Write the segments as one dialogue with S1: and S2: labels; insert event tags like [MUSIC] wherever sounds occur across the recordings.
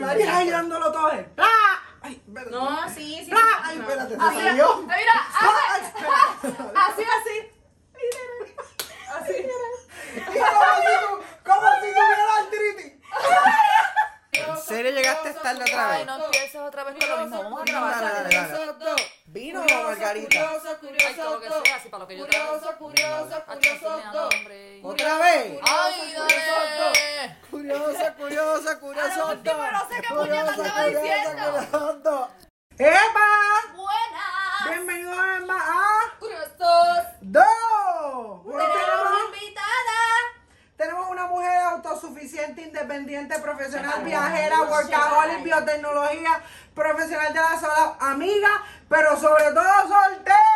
S1: Nadie hailándolo todo. es, ¡Ah! Ay, espérate.
S2: No, sí, sí.
S1: ¡Ah! Ay, espérate,
S2: Así,
S1: se salió. Ah,
S2: Mira, hace-
S1: Ay, espérate.
S2: así, así.
S1: Así. Y como si tú- como si tuviera artritis.
S3: ¿En serio llegaste tarde otra vez?
S4: Ay, no empieces otra vez con lo mismo. Vamos a
S3: Dale,
S4: trabajar.
S3: dale, dale. Vino o margarita.
S5: Curioso,
S4: Ay, todo
S5: curioso,
S4: lo que sea, así para lo que yo trabajo.
S5: curioso, curioso,
S4: Aquí sí me
S5: curioso,
S4: dan hambre.
S3: Otra vez.
S4: Ay, dale.
S3: Curiosa, curiosa, curiosa.
S2: Ah, no sé qué puñeta estaba diciendo.
S3: curiosa.
S1: ¡Epa!
S2: Buenas.
S1: Bienvenidos a Emma a
S2: Curiosos.
S1: dos. Hoy
S2: Tenemos
S1: tenemos,
S2: invitada.
S1: tenemos una mujer autosuficiente, independiente, profesional, viajera, workaholic, biotecnología, profesional de la sola, amiga, pero sobre todo soltera.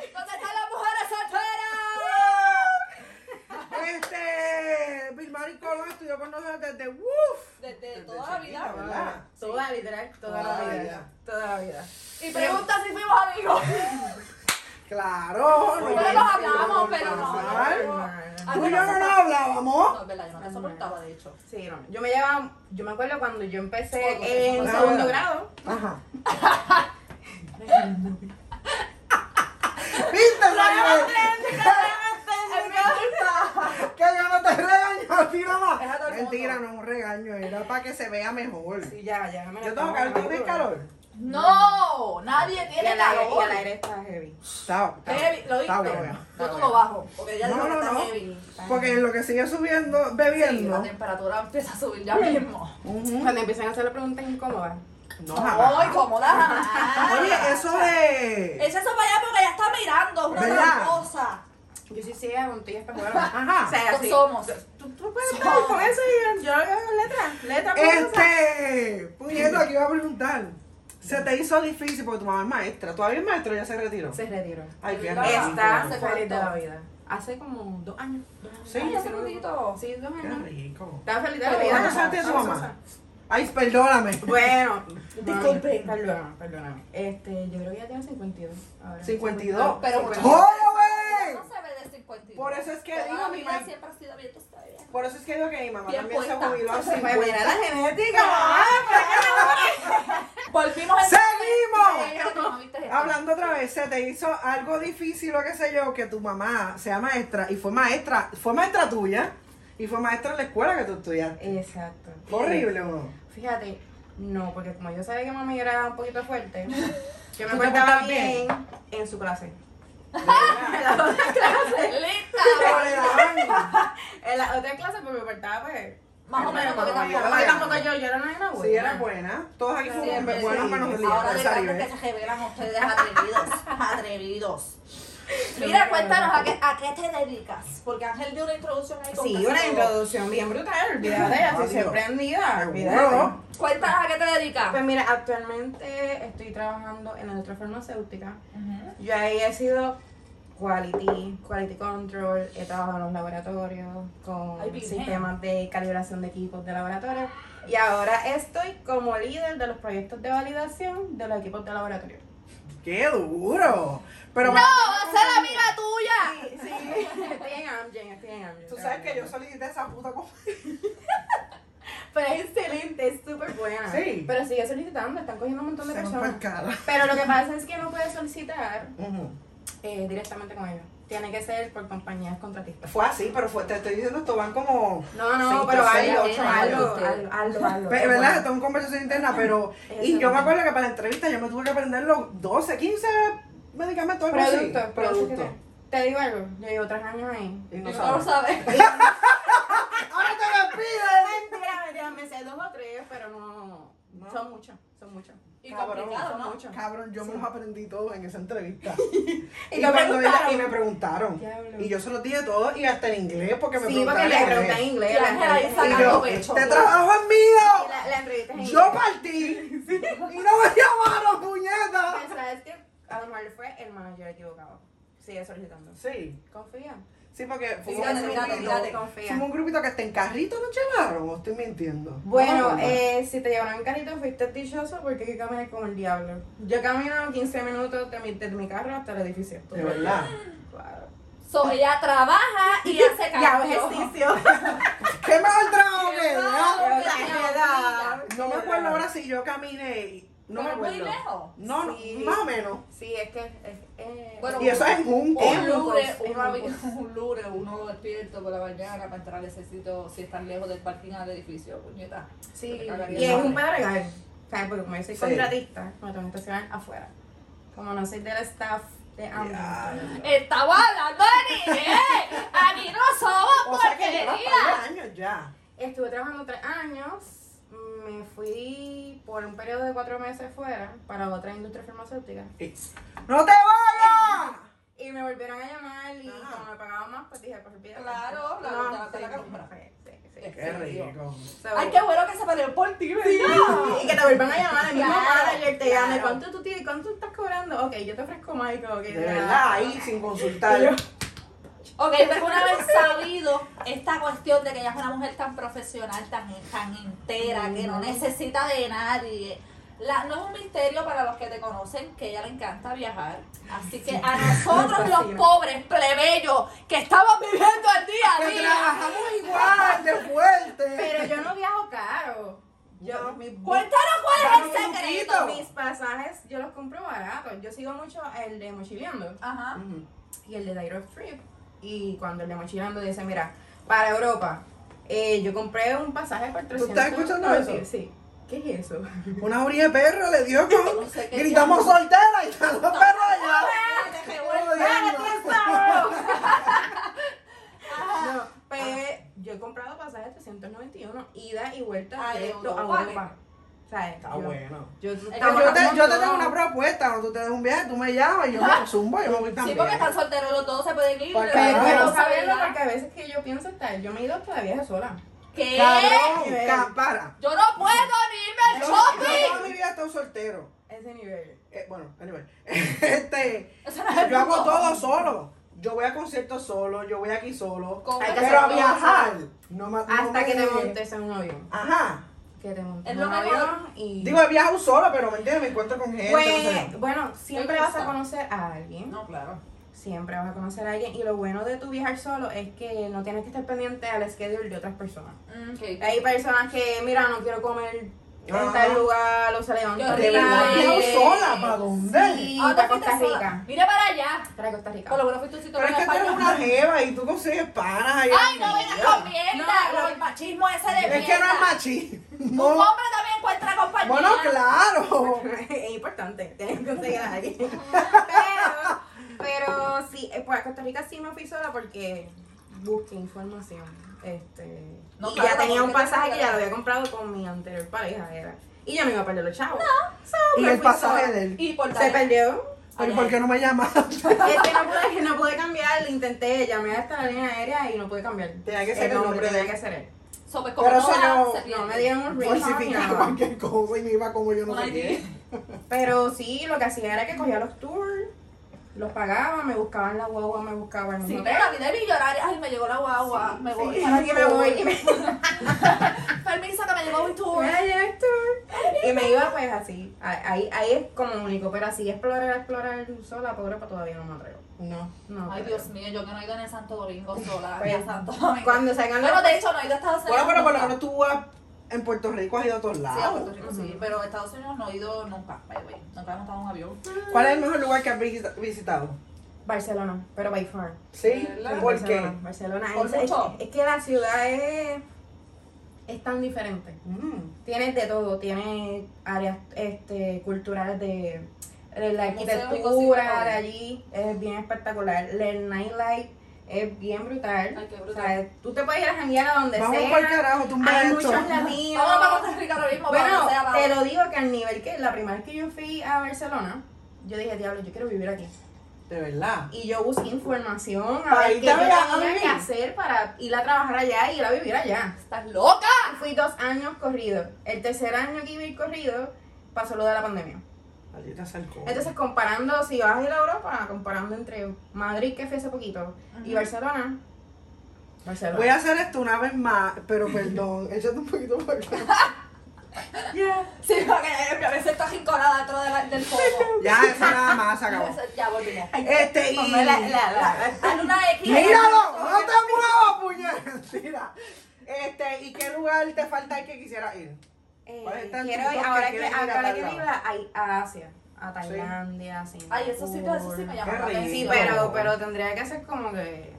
S2: ¿Dónde están las mujeres solteras?
S1: Este, Vilmar y Colón estudió con nosotros desde ¡Woof!
S5: Desde toda la vida,
S1: ¿verdad?
S5: Toda, literal, toda la vida. Toda la vida.
S2: Y pregunta si fuimos amigos.
S1: Claro, no.
S2: Nosotros nos hablábamos, pero no.
S1: Normal.
S2: Ah,
S1: Tú y
S2: bueno,
S1: yo no nos hablábamos.
S2: No, es verdad, yo no te soportaba, de hecho.
S5: Sí, no. Yo me llevaba, yo me acuerdo cuando yo empecé en
S1: Nada.
S5: segundo grado.
S2: [LAUGHS]
S1: Ajá. ¿Viste, Samuel? Que yo no te regaño, tira
S5: Deja todo
S1: más.
S5: el
S1: Mentira, no es un regaño, era para que se vea mejor.
S5: Sí, ya, ya. me la
S1: Yo tengo
S5: estaba
S1: calor, ¿tú tienes
S5: bajando.
S1: calor?
S2: No, nadie
S5: Y
S2: tiene
S5: el aire, y
S2: calor.
S5: el aire está heavy.
S1: Está, está,
S2: Heavy, ¿Lo
S1: está
S2: viste?
S1: buena.
S2: Yo tú lo bajo. Porque ya
S1: No,
S2: digo que
S1: no,
S2: está
S1: no.
S2: heavy.
S1: Porque en lo que sigue subiendo,
S2: Y la
S1: bebiendo.
S2: temperatura empieza a subir ya mismo.
S1: Ujú.
S5: Cuando empiezan a hacer las preguntas incómodas.
S1: No, jamás.
S2: Ay, cómo la jamás.
S1: Oye, eso de.
S2: Es eso para allá porque ya está mirando, es una
S1: ¿Verdad?
S2: tramposa.
S5: Yo sí sé a montillas para jugar. [LAUGHS] O
S1: Ajá.
S5: sea,
S2: Entonces
S5: así.
S2: somos.
S5: ¿Tú, tú puedes estar con eso y yo lo veo en letras. Letras
S1: Este. Puñeta, que iba a preguntar. Se te hizo difícil porque tu mamá es maestra. ¿Todavía es maestra o ya se retiró?
S5: Se retiró.
S1: Ay, qué
S2: Está-
S1: rico.
S5: Está
S2: ¿Hace
S5: feliz de
S2: cuánto?
S5: la vida. Hace como dos años. dos años.
S1: Sí.
S2: Ay, hace
S5: sí,
S2: poquito.
S5: Sí, dos
S1: Qué
S5: años.
S1: rico.
S5: Está feliz de la vida.
S1: ¿Cuántos años tiene tu mamá? Ay, perdóname.
S5: Bueno,
S2: Disculpen.
S5: Perdóname, perdóname. Este, yo creo que ya tiene 52. ahora.
S1: 52.
S2: Pero
S5: Cincuenta.
S2: mucho-
S1: ¡Joven!
S2: No se ve de 52.
S1: Por eso es que
S2: Toda
S1: digo,
S2: la
S1: mi
S2: vida
S1: ma-
S2: siempre ha sido bien tostada.
S1: Por eso es que digo que mi mamá
S2: Bien
S1: también se
S2: puesta. [LAUGHS]
S1: jubiló a
S5: Se fue, mira
S1: 50.
S5: la genética.
S1: Ah,
S5: mamá.
S2: [LAUGHS] Volvimos en
S1: ¡Seguimos!
S2: Tú no viste esto.
S1: Hablando otra vez, se te hizo algo difícil o qué sé yo, que tu mamá sea maestra y fue maestra, fue maestra tuya y fue maestra en la escuela que tú estudiaste.
S5: Exacto.
S1: Horrible, [LAUGHS] ¿no?
S5: Fíjate, no, porque como yo sabía que mami era un poquito fuerte,
S1: [LAUGHS]
S5: yo me
S1: te
S5: portaba
S1: portabas
S5: bien,
S1: bien?
S5: en su clase.
S1: [LAUGHS]
S2: Lista.
S1: Pero le daban-
S5: En la otra clase, pues me portaba pues.
S2: Más o menos porque
S5: como
S2: tan
S5: yo.
S1: tampoco
S5: Porque
S1: era-
S5: tampoco yo, yo era una nena buena.
S1: Sí, era buena. Todos aquí fuimos
S2: Siempre,
S1: buenos
S2: siempre.
S1: menos
S2: Ahora de
S1: el
S2: tanto que
S1: Saribel.
S2: se revelan ustedes atrevidos, atrevidos. Mira, cuéntanos a qué, a qué te dedicas, porque Ángel dio una introducción ahí. con
S5: Sí,
S2: casi
S5: una
S2: todo.
S5: introducción bien brutal, olvídate,
S1: Ah,
S5: así
S1: Dios.
S5: sorprendida, olvídate.
S1: Seguro.
S2: Cuéntanos a qué te dedicas.
S5: Pues mira, actualmente estoy trabajando en la industria farmacéutica. Yo ahí he sido quality, quality control, he trabajado en los laboratorios con
S2: Ay, virgen.
S5: sistemas de calibración de equipos de laboratorio y ahora estoy como líder de los proyectos de validación de los equipos de laboratorio.
S1: ¡Qué duro! Pero
S2: No, va a ser amiga tuya.
S5: Sí, estoy en Amgen, estoy en Amgen.
S1: tú sabes que yo solicité esa puta con...
S5: Pero es excelente, es súper buena.
S1: Sí.
S5: Pero sigue solicitando, están cogiendo un montón de
S1: Se nos
S5: personas.
S1: fue cara.
S5: Pero lo que pasa es que no puedes solicitar eh, directamente con ellos. Tiene que ser por compañías contratistas.
S1: Fue así, pero fue, te estoy diciendo, esto van como...
S5: No, no,
S1: Cinco,
S5: pero
S1: seis,
S5: algo,
S2: ocho
S5: algo,
S2: años.
S5: algo, algo, algo.
S1: Pe- ¿Verdad? Esto es una conversación interna, pero... Y
S5: Eso.
S1: yo me acuerdo que para la entrevista yo me tuve que aprender los 12, 15 medicamentos. algo así.
S5: Producto, producto. Te digo algo, yo llevo tres años ahí.
S1: Y Pues, no
S2: No lo
S1: sabes.
S2: sabes.
S1: ¡Ahora te despides!
S5: Mentira, mentira, me sé dos o tres, pero no,
S1: No.
S5: son muchos, son muchos.
S2: Y
S1: Cabrón,
S2: complicado, ¿no?
S5: muchos.
S1: Cabrón, yo me los aprendí todos en esa entrevista.
S5: Y te
S1: cuando ella-
S5: preguntaron.
S1: y me preguntaron.
S5: Diablo.
S1: Y yo se los dije todos y hasta en inglés porque me
S5: Sí, porque
S1: preguntaron
S5: le
S1: en
S5: pregunté en
S1: inglés.
S5: inglés.
S2: Y Ángela ahí
S5: entrevista-
S1: Y
S2: Sacando
S1: yo,
S2: pecho.
S1: este trabajo es mío.
S5: la, la entrevista es en
S1: Yo
S5: inglés.
S1: partí. Y no me llamaron, puñeta.
S5: Pues, ¿Sabes que A lo mejor fue el manager equivocado. Sigue solicitando.
S1: Sí.
S5: Confía.
S1: Sí, porque fuimos
S2: Fíjate,
S1: un
S2: fíjate,
S1: grupito.
S2: fíjate,
S5: confía.
S1: Fuimos un grupito que hasta en carrito nos llevaron, o estoy mintiendo.
S5: Bueno,
S1: No,
S5: eh, si te llevaron en carrito, fuiste dichoso porque hay que caminar como el diablo. Yo camino 15 minutos de mi, de mi carro hasta el edificio.
S1: De verdad.
S5: Claro.
S3: So, ella trabaja y hace
S5: Y hago
S3: cambios.
S5: ejercicio.
S1: ¿Qué mejor trabajo que
S3: Qué
S1: ella?
S3: mejor
S5: que
S1: Mira,
S5: ella.
S1: No me acuerdo ahora si yo caminé. y- No me
S3: Pero muy
S1: acuerdo.
S3: lejos.
S1: No, no,
S5: Sí.
S1: más o menos.
S5: Sí, es que. es- eh, es-
S3: Bueno,
S1: Y eso es en Junco.
S5: Es
S3: Un lunes,
S5: Juncos, es
S3: uno,
S5: Juncos.
S3: un lunes, uno despierto por la mañana para entrar a ese sitio si están lejos del parking al edificio, puñeta.
S5: Sí,
S3: Te cagaría
S5: y es
S3: la
S5: un
S3: madre.
S5: pedregal. ¿Sabes? Porque como yo soy
S1: Sí.
S5: contratista, me tengo que estacionar afuera. Como no soy del staff de Amazon.
S3: Estamos hablando de nivel. Aquí no somos
S1: O sea que llevas
S3: porquería.
S1: varios años ya.
S5: Estuve trabajando tres años. Me fui por un periodo de cuatro meses fuera para otra industria farmacéutica.
S1: Y- ¡No te vayas!
S5: Y me volvieron a llamar y
S1: Ajá.
S5: como me pagaban más, pues dije, pues olvídate.
S3: Claro, claro,
S5: No,
S3: te la- te la
S5: sí,
S3: compra.
S5: sí, sí, sí.
S1: Qué rico.
S5: So,
S3: Ay, qué bueno que se peleó por ti, ¿verdad?
S5: Y que te vuelvan a llamar, el mismo
S3: Claro,
S5: manager te llame,
S3: claro.
S5: ¿cuánto tú tienes? ¿Cuánto estás cobrando? Ok, yo te ofrezco más y como que...
S1: De verdad, ahí sin consultar.
S2: Ok, pero una vez sabido esta cuestión de que ella es una mujer tan profesional, tan, tan entera, que
S1: Mm.
S2: no necesita de nadie. La- no es un misterio para los que te conocen que a ella le encanta viajar. Así que a nosotros los pobres plebeyos que estamos viviendo el día a
S1: Que
S2: día.
S1: trabajamos igual de fuerte.
S5: Pero yo no viajo caro. Yo, mis,
S2: Cuéntanos cuál es el secreto.
S5: mis pasajes yo los compro baratos. Yo sigo mucho el de Mochileando
S2: Ajá.
S1: Ujú.
S5: y el de Dire of Trip. Y cuando el de Mochileando dice, mira, para Europa, eh, yo compré un pasaje por 300
S1: ¿Tú estás escuchando
S5: dólares.
S1: eso?
S5: Sí. ¿Qué es eso?
S1: Una orilla de perro le dio con.
S2: No sé qué
S1: Gritamos
S2: llamo.
S1: soltera y están los perros allá.
S2: Espérate, que vuelve.
S5: [LAUGHS] No, pero yo he comprado pasajes 391, ida y vuelta
S2: Ah,
S5: directo a
S2: Europa.
S5: Europa. O sea,
S1: Está
S5: yo-
S1: bueno.
S5: Yo,
S1: Yo
S5: estaba
S1: te, yo te
S5: montón.
S1: tengo una propuesta, cuando tú te des un viaje, tú me llamas y yo me zumbo y yo me voy
S2: Sí,
S1: también.
S2: porque están solteros los dos, se pueden ir.
S1: Porque-
S5: Pero
S2: pero
S1: Claro.
S5: quiero
S2: no
S5: saberlo
S2: saben
S5: porque a veces que yo pienso estar, yo me he ido para viaje sola.
S2: ¿Qué?
S1: Cabrón,
S5: ¿Qué?
S1: ca- para.
S2: Yo no puedo ni irme
S1: Yo,
S2: al
S1: yo toda
S2: shopping.
S1: mi vida he estado soltero.
S5: Ese nivel.
S1: Eh, bueno, anyway. [LAUGHS] Este,
S2: Eso no es
S1: yo hago
S5: [LAUGHS]
S2: justo.
S1: todo solo. Yo voy a conciertos solo, yo voy aquí solo.
S2: Con-
S5: Hay que
S1: Pero
S5: hacer
S1: a
S5: todo
S1: viajar,
S5: solo.
S1: no me- no
S5: Hasta
S1: me-
S5: que te montes en un avión.
S1: Ajá.
S5: Que te montes
S2: Es
S5: en
S2: lo
S5: un
S2: mejor.
S5: avión y.
S1: Digo, he viajado solo, pero me entiendes, me encuentro con gente. no sé.
S5: pues, bueno, siempre
S2: Me
S5: vas a
S2: gusta.
S5: conocer a alguien.
S4: No, claro.
S5: Siempre vas a conocer a alguien. Y lo bueno de tu viajar solo es que no tienes que estar pendiente al schedule de otras personas.
S4: Okay.
S5: Hay personas que, mira, no quiero comer en
S1: Ajá.
S5: tal lugar, o se levantan.
S1: De verdad,
S5: tarde.
S1: he viajado sola, ¿para dónde?
S5: Pues, Sí,
S2: Ahora
S5: para
S2: Ah, fuiste
S5: Costa
S2: sola.
S5: Rica.
S2: Mira para allá.
S5: Para Costa Rica.
S2: Por lo menos fuiste a un sitio
S1: Pero es
S2: como
S1: que tú eres
S2: España.
S1: una jeva y tú consigues panas ahí.
S2: Ay, no vengas con mierda.
S5: No, no.
S2: el machismo ese de mierda.
S1: Es que no es
S2: Un
S1: machismo.
S2: hombre también encuentra compañía.
S1: Bueno, claro.
S5: [LAUGHS] es importante, tienes que conseguir a alguien. Pero, pero sí, eh, pues a Costa Rica sí me fui sola porque busqué información. Este,
S2: No,
S5: y
S2: claro,
S5: ya tenía un
S2: porque te
S5: pasaje que ya
S2: regalan.
S5: lo había comprado con mi anterior pareja, era. Y ya me iba a perder los chavos. So,
S1: Y
S5: me
S1: el
S5: fui
S1: pasaje
S5: sola.
S1: de él.
S2: Y por
S5: Se
S2: tal-
S5: perdió.
S1: Oye, ¿por qué no me llamas?
S5: Es que no pude, no pude cambiar, lo intenté, llamé hasta la línea aérea y no pude cambiar.
S1: Tenía que ser el nombre de
S5: tenía
S1: él.
S5: que ser él.
S2: So, pues, como
S1: Pero
S2: no
S1: eso
S2: va,
S1: no-
S2: se pierde.
S5: No, me dieron un refund y
S1: Falsificar
S5: nada.
S1: cualquier cosa y me iba como yo no
S2: Un
S1: sé
S2: ID.
S1: qué.
S5: Pero sí, lo que hacía era que cogía los tours, los pagaba, me buscaban la guagua, me buscaban
S2: Sí,
S5: el
S2: [LAUGHS] pero la vida es millonaria. Ay, me llegó la guagua. me voy. para
S5: y
S2: el
S5: me
S2: tour.
S5: voy y me, [LAUGHS]
S2: Permiso que me llegó un tour.
S5: me llevé el tour. Y me iba pues así. Ahí, ahí es como único, pero así explorar, explorar sola por Europa todavía no me atrevo.
S1: No.
S5: No.
S2: Ay,
S5: creo.
S2: Dios mío, yo que no he ido en el Santo Domingo sola.
S5: Pues,
S2: ni a Santo Domingo.
S5: Cuando salgan los
S2: Bueno, de hecho, no he ido a Estados Unidos.
S1: Bueno, pero por lo
S2: nunca.
S1: menos tú vas en Puerto Rico has ido a todos
S2: Sí, a Puerto
S1: lados.
S2: Rico, sí.
S5: Ujú.
S2: Pero a Estados Unidos no he ido nunca. by the way. Nunca hemos estado en un avión.
S1: ¿Cuál es el mejor lugar que has visita- visitado?
S5: Barcelona, pero by far.
S1: ¿Sí? ¿Por qué?
S5: Barcelona, Barcelona
S2: Por
S5: es, es-
S2: mucho.
S5: es que la ciudad es, es tan diferente.
S1: Mm.
S5: Tienes de todo, tienes áreas este, culturales de, de la
S2: Museos y cosas
S5: arquitectura
S2: así.
S5: de allí, es bien espectacular. El nightlife es bien brutal.
S2: Ay, qué
S5: O
S2: brutal.
S5: sea, tú te puedes ir a janguear a donde
S1: Vamos
S5: sea.
S1: por carajo, tumba
S5: Hay
S1: esto.
S5: muchos latinos.
S2: Vamos para Costa Rica ahora mismo. para
S5: Bueno,
S2: donde sea, para
S5: te lo digo que al nivel que la primera vez que yo fui a Barcelona, yo dije, diablo, yo quiero vivir aquí.
S1: De verdad.
S5: Y yo busqué información a
S1: Para
S5: ver qué
S1: irte
S5: yo
S1: a ver- a
S5: tenía
S1: vivir.
S5: que hacer para ir a trabajar allá y ir a vivir allá.
S2: ¿Estás loca?
S5: Fui dos años corridos. El tercer año que iba a ir corrido pasó lo de la pandemia.
S1: Allí te acercó.
S5: Entonces, comparando, si vas a ir a Europa, comparando entre Madrid, que fui hace poquito, y Barcelona, Barcelona.
S1: Voy a hacer esto una vez más, pero perdón, échate un poquito para acá.
S5: Yeah.
S2: Sí, porque a veces estoy jinconada dentro de la- del foco.
S1: Ya, eso nada más se acabó.
S2: [LAUGHS] Ya volvimos.
S1: Este, y...
S5: Ponme la, la, la.
S2: Dale una X.
S1: ¡Míralo! ¡No te muevas, puñet! Mira. Este, ¿y qué lugar te falta y que quisiera ir?
S5: Eh,
S1: ¿Cuáles están
S5: quiero
S1: tus
S5: ir,
S1: dos que
S5: ahora que,
S1: quieres ir a
S5: ahora
S1: tal
S5: que
S1: lado?
S5: viva a, a Asia, a Tailandia, Singapur.
S2: Ay, eso sí, todo eso sí me llama
S1: Qué
S2: la
S1: rico.
S2: atención.
S5: Sí, pero, pero tendría que ser como que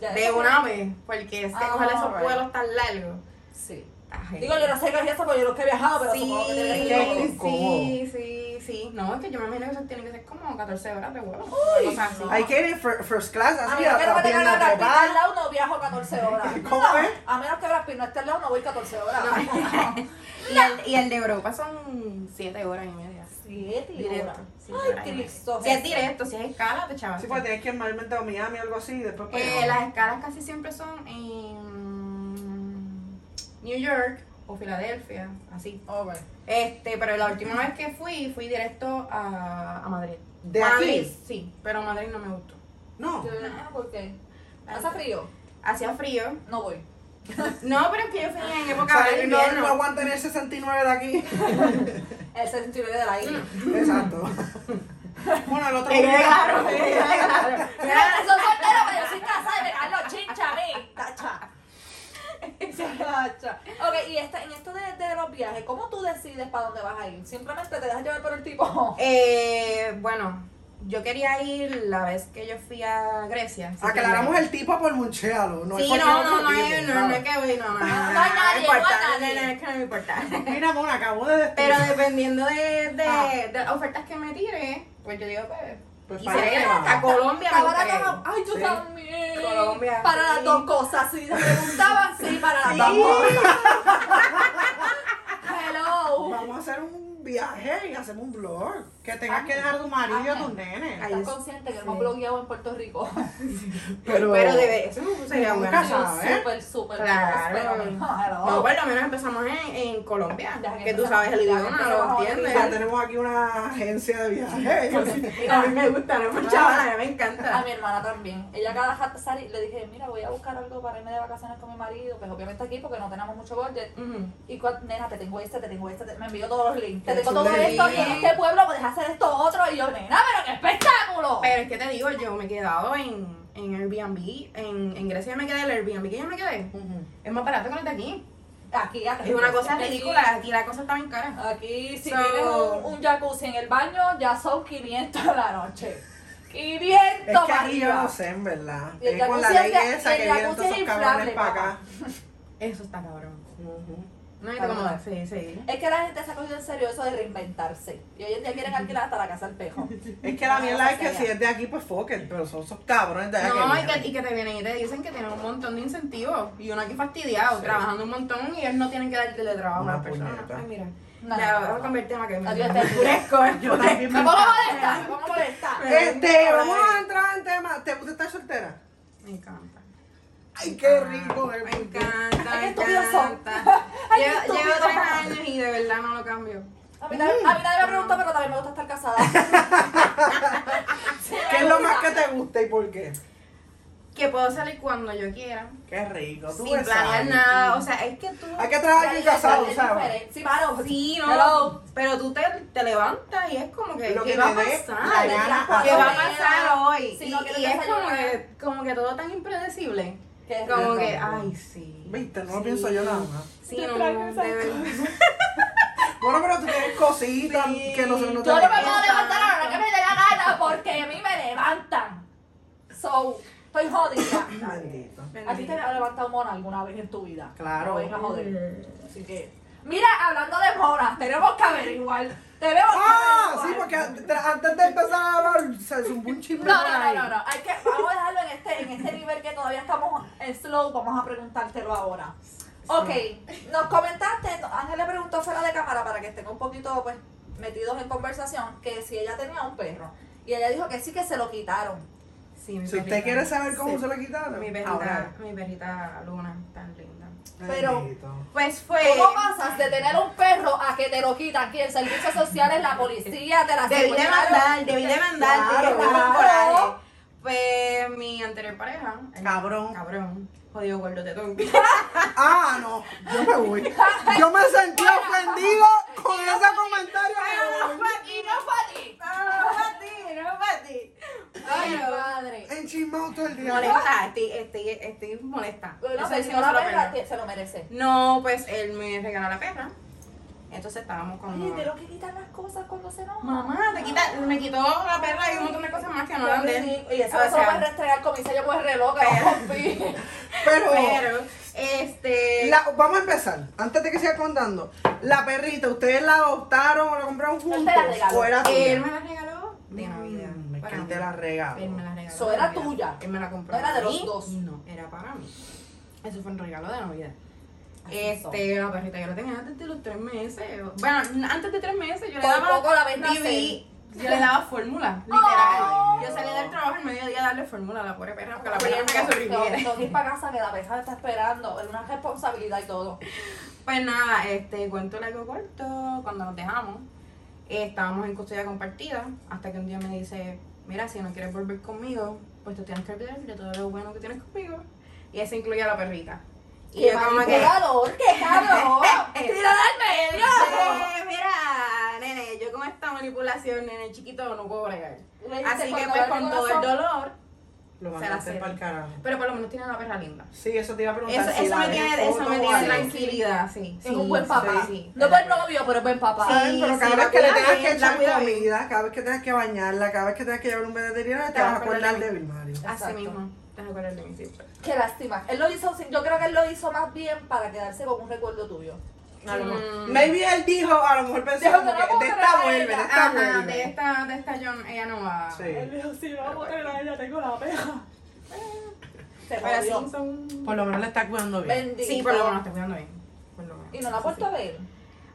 S2: Ya,
S5: de
S2: eso-
S5: una vez, porque es que
S2: Ah,
S5: coger esos
S2: right.
S5: vuelos tan largos.
S3: Sí.
S5: Ay.
S2: Digo, yo no sé qué es eso porque yo nunca he viajado, pero supongo que tiene que ser loco.
S5: Sí,
S1: loco.
S5: sí, sí, sí. No, es que yo me imagino que eso tiene que ser como 14 horas de vuelo. o sea, sí.
S1: Hay que ir fir- first class,
S2: A
S1: así
S2: menos
S1: a
S2: que no me tengan
S1: pierna
S2: la carpita al
S1: trepada.
S2: lado, no viajo 14 horas.
S1: ¿Cómo
S2: No,
S1: es?
S2: A menos que Brad Pitt no esté al lado, no voy 14 horas. [LAUGHS]
S5: y, el, y el de Europa son 7 horas y media.
S2: Siete horas.
S5: Directo.
S2: Ay, Cristo.
S5: Si es
S2: Jesús.
S5: directo, si es escala, te chaval.
S1: Sí, pues tienes que ir normalmente a Miami o algo así y después pues, para
S5: Eh,
S1: allá.
S5: las escalas casi siempre son en New York o Filadelfia, así.
S2: Oh,
S3: Over.
S5: Este, pero la última vez que fui, fui directo a, a Madrid.
S1: ¿De
S5: Madrid,
S1: aquí?
S5: sí, pero Madrid no me gustó.
S1: No.
S2: Ah, ¿Por qué? ¿Hace frío?
S5: Hacía frío.
S2: No voy.
S5: No, pero es que yo fui en
S1: O
S5: época
S1: sea,
S5: de
S1: el no,
S5: invierno.
S1: no
S5: [LAUGHS]
S1: aguanta en el 69 de aquí.
S2: El 69 de la isla.
S1: Exacto. bueno, el otro
S5: Que quede
S1: día-
S5: claro, que quede Eh, claro.
S1: [LAUGHS]
S2: Mira, que soy soltera, pero yo soy casada y me dan los chinches a mí. Tacha. [LAUGHS] Tacha. Ok, y esta, en esto de, de los viajes, ¿cómo tú decides para dónde vas a ir? Simplemente te dejas llevar por el tipo.
S5: Eh, bueno, yo quería ir la vez que yo fui a Grecia. así que-
S1: Aclaramos el tipo por munchealo. No es
S5: Sí, no,
S1: cualquier
S5: no,
S1: otro
S5: no, hay-
S1: tipo,
S5: no,
S1: claro.
S5: no es que voy,
S1: [LAUGHS]
S5: no, no, no,
S2: hay
S5: no,
S2: nadie,
S5: no,
S2: no hay
S5: importa,
S2: nadie.
S5: no, no, es que no me importa.
S1: Mira, Mona, acabo de destruir.
S5: Pero dependiendo de, de,
S1: Ah.
S5: de las ofertas que me tire, pues yo digo, pues,
S1: Pues
S5: y
S1: para
S5: sería
S1: allá.
S5: a Colombia me
S2: Ahora
S5: gustaría
S2: como- Ay, yo
S1: Sí.
S2: también.
S5: Colombia,
S2: Para las
S5: sí.
S2: dos cosas. Si se preguntaban, sí, para las dos.
S1: Vamos,
S5: [LAUGHS]
S2: Hello.
S1: vamos a hacer un viaje y hacemos un blog. Que tengas que dejar a tu marido y a tus nenes.
S5: Ay,
S2: ¿Estás consciente que hemos
S5: Sí.
S2: blogueado en Puerto Rico?
S5: ir. Pero debe, eso sería
S1: Nunca
S5: bueno.
S1: sabe. ¿sabes?
S2: [LAUGHS] Súper, súper.
S5: ¿eh? Claro.
S2: súper, pero-
S5: No, por lo menos empezamos en, en Colombia,
S2: Ya que
S5: que tú
S2: empezamos,
S5: sabes el
S2: ya que
S5: idioma, lo
S2: empezamos a
S1: Ya
S5: entiendes.
S1: tenemos aquí una agencia de viajes.
S5: A mí me gusta, no por chaval, Ah. a mí me encanta.
S2: A mi hermana también. Ella cada rato sale y le dije, mira, voy a buscar algo para irme de vacaciones con mi marido, pues obviamente aquí porque no tenemos mucho budget.
S5: Ujú.
S2: Y cuando, nena, te tengo este, te tengo este, te- me envió todos los links. Te
S1: Qué
S2: tengo todo
S1: chulería.
S2: esto y en este pueblo puedes hacer esto otro. Y yo, nena, pero qué espectáculo.
S5: Pero es que te digo, yo me he quedado en, en Airbnb, en, en Grecia me quedé, el Airbnb que yo me quedé es más barato que los de aquí.
S2: Aquí, aquí.
S5: Es una cosa
S2: aquí-
S5: ridícula, aquí la cosa está bien cara.
S2: Aquí, si
S5: So-
S2: tienes un, un jacuzzi en el baño, ya son 500 a la noche. 500
S1: Es que
S2: para
S1: aquí yo
S2: arriba.
S1: no sé, en verdad.
S2: Y el
S1: Es con la
S2: jacuzzi
S1: ley
S2: es de-
S1: esa
S2: y
S1: que
S2: el
S1: vienen todos esos
S2: jacuzzi es
S1: cabrones
S2: inflable,
S1: para
S2: papá.
S1: acá.
S5: Eso está cabrón.
S1: Ujú.
S5: No, y te
S2: Cabrón.
S5: como, sí, sí.
S2: Es que la gente se ha cogido en serio eso de reinventarse. Y hoy en día quieren alquilar hasta la casa del
S1: [LAUGHS]
S2: pejo.
S1: Es que la mierda es que
S2: Allá.
S1: si es de aquí, pues fuck it, pero son esos cabrones de allá
S5: No, y
S1: vienen.
S5: que, y que te vienen y te dicen que tienen un montón de incentivos. Y uno aquí fastidiado, trabajando un montón y ellos no tienen que dar teletrabajo a
S1: Una
S5: las personas.
S1: puñeta.
S5: Ay, mira.
S2: No, no,
S5: ya,
S2: no,
S5: vamos a
S2: no.
S5: cambiar el tema que me
S2: Adiós,
S5: me [LAUGHS]
S2: te-
S5: enfurezco, me
S1: Yo también me
S2: ¿Cómo molesta? ¿Cómo molesta?
S1: Este, vamos a entrar en tema. ¿Te gusta estar soltera?
S5: Me encanta.
S1: Ay, qué rico,
S5: ah, Me
S1: el [LAUGHS]
S5: encanta,
S2: Ay, qué
S5: me
S2: estúpidos
S5: encanta.
S2: Ay, qué
S5: Llevo llevo
S2: estúpidos.
S5: tres años y de verdad no lo cambio.
S2: A mí nadie a mí nadie me preguntó, pero también me gusta estar
S5: [LAUGHS]
S2: casada. Sí, me
S1: ¿Qué es lo
S2: gusta.
S1: más que te gusta y por qué?
S5: Que puedo salir cuando yo quiera.
S1: Qué rico, tú
S5: Sin
S1: ves,
S5: planear
S1: ¿sabes?
S5: nada. O sea, es que tú.
S1: Hay que trabajar aquí
S2: Ay, es- es
S1: casado, ¿sabes?
S2: diferente. Sí, mano.
S5: Sí, no.
S2: Hello.
S5: Pero tú te, te levantas y es como que.
S1: Lo
S5: ¿Qué
S1: que
S5: va a
S1: te dé
S5: pasar?
S1: la gana.
S5: ¿Qué va a
S2: Pasó.
S5: pasar hoy?
S2: Si
S5: y
S2: no quieres
S5: y es como
S2: desayunar.
S5: que, como que todo tan impredecible.
S2: Qué
S5: Como
S2: rico.
S5: que, ay, sí.
S1: Viste, no
S5: Sí.
S1: lo pienso yo nada más.
S5: Sí, no, de verdad.
S1: Bueno, pero tú tienes cositas
S5: Sí.
S1: que nosotros no
S2: Yo no me
S1: tenemos.
S2: puedo levantar a la hora que me dé la gana porque a mí me levantan. So, estoy
S5: [COUGHS]
S2: jodida.
S1: Maldito.
S2: ¿A ti te ha levantado mona alguna vez en tu vida?
S1: Claro.
S2: No venga a joder. Así que. Mira, hablando de monas, tenemos que averiguar. Tenemos que
S1: Ah,
S2: averiguar.
S1: sí, porque tra- antes de empezar a hablar, se zumbó un chisme
S2: No,
S1: por
S2: no, no,
S1: ahí.
S2: no, no. Hay que, vamos a dejarlo en este, en este nivel que todavía estamos en slow. Vamos a preguntártelo ahora. Ok, nos comentaste, Ángel le preguntó fuera de cámara para que estén un poquito pues metidos en conversación que si ella tenía un perro. Y ella dijo que sí que se lo quitaron.
S5: Sí, mi
S1: Si usted
S5: perrita.
S1: quiere saber cómo
S5: Sí.
S1: se lo quitaron,
S5: Mi perrita,
S1: ahora.
S5: mi perrita Luna, tan linda.
S2: Pero-
S1: Bendito.
S5: Pues fue.
S2: ¿Cómo pasas de tener un perro a que te lo quitan? Que el servicio social es la policía, te la
S5: Debí
S2: seguridad,
S5: demandar, debí demandar,
S1: Claro,
S5: porque estaba en
S2: claro.
S5: coraje. Pues mi anterior pareja, el
S1: Cabrón.
S5: cabrón, jodido gordo
S2: [LAUGHS]
S5: de tonto.
S1: Ah, no, yo me voy. Yo me sentí ofendido con ese comentario. me voy.
S2: Y no fue a ti. Ay, padre.
S1: Enchismado todo el día.
S5: Molesta, estoy, estoy, estoy molesta.
S2: No,
S5: Eso
S2: pero
S5: es
S2: pues, si
S5: una
S2: no la
S5: sola
S2: perra,
S5: perra.
S2: que se lo merece.
S5: No, pues él me regaló la perra. Entonces estábamos como.
S2: Oye, de lo que quitan las cosas cuando se enoja.
S5: Mamá, te quita, me quitó la perra y un montón de cosas más que no Ah, eran de él.
S2: Y eso
S5: O
S2: no se lo
S5: sea,
S2: puedes restregar con mi sello por el reloj, que no confío.
S1: Pero,
S5: Pero, este.
S1: la- vamos a empezar. Antes de que siga contando, la perrita, ¿ustedes la adoptaron o la compraron
S2: la
S1: juntos?
S2: regaló.
S1: ¿O era tuya?
S5: Él me la regaló de Navidad.
S1: Mm, es
S5: para
S1: que él
S5: mí.
S1: te la regaló.
S5: Él me la regaló.
S2: So,
S5: de
S2: era
S5: Navidad.
S2: tuya.
S5: Él me la compró.
S2: No era de
S5: para
S2: los
S5: mí.
S2: dos.
S5: No, era para mí. Eso fue un regalo de Navidad.
S2: Así son.
S5: [LAUGHS] Este, la perrita yo la tenía antes de los tres meses. Bueno, n- antes de tres meses yo le
S2: Por
S5: daba.
S2: poco la ves
S5: BB,
S2: nacer.
S5: Yo le daba fórmula, literal. Yo salí del trabajo al mediodía a darle fórmula a la pobre perra porque la perra me que se
S2: Tengo-
S5: rindiera.
S2: tengo que ir para casa que la peja me está esperando. Es una responsabilidad y todo.
S5: Pues nada, este, cuento largo corto, cuando nos dejamos, eh, estábamos en custodia compartida, hasta que un día me dice, mira, si no quieres volver conmigo, pues te tienes que olvidar de todo lo bueno que tienes conmigo. Y eso incluye a la perrita. Y
S2: ¡Qué
S5: yo como que,
S2: manipulador!
S5: [LAUGHS]
S2: ¡Qué cabrón! ¡Tira del medio!
S5: "Eh, mira, nene, yo con esta manipulación, nene chiquito, no puedo bregar.
S2: Le dice,
S5: Así que
S2: cuando abre
S5: pues
S2: el
S5: con todo el
S2: corazón,
S5: dolor,
S1: Lo
S5: se la
S1: mandaste
S5: cedí.
S1: para el carajo.
S5: Pero por lo menos tiene la perra linda.
S1: Sí, eso te iba a preguntar.
S5: Eso,
S1: si
S5: eso
S1: la
S5: me
S1: ves
S5: tiene, eso me
S1: foto o
S5: tiene
S1: algo.
S5: tranquilidad, sí.
S2: Es
S5: sí,
S2: un buen
S5: sí,
S2: papá.
S5: sí.
S2: No es buen novio, pero es buen papá.
S5: Sí.
S1: ¿Saben? Pero cada
S5: sí,
S1: vez
S5: la
S1: que le
S5: cuida
S1: tengas
S5: bien,
S1: que echar
S5: la cuida bien.
S1: comida, cada vez que tengas que bañarla, cada vez que tengas que llevar un veterinario, te
S5: Te
S1: vas a
S5: vas a acordar
S1: acordar
S5: de
S1: de Bill Mario.
S5: Así
S2: Exacto.
S5: mismo, te recuerdas de mí siempre.
S2: Qué lástima. Él lo hizo, sin- yo creo que él lo hizo más bien para quedarse con un recuerdo tuyo.
S1: A lo mejor.
S5: Mm.
S1: Maybe él dijo, a lo mejor pensó
S2: Dijo,
S1: como
S2: "No la
S1: que
S2: puedo
S1: de
S2: creer
S1: esta
S2: a
S1: vuelve, de
S2: ella".
S1: esta
S5: Ajá, de
S1: vuelve.
S5: esta, de esta John, ella no va.
S1: ¿eh? Sí.
S2: dijo, si no vamos a tener a ella, tengo la peja. Se
S5: Pero sí,
S2: jodió.
S5: son-
S1: Por lo menos la está cuidando bien.
S2: Bendito.
S5: Sí, por lo menos está cuidando bien. Por lo menos.
S2: Y no la ha puesto a ver.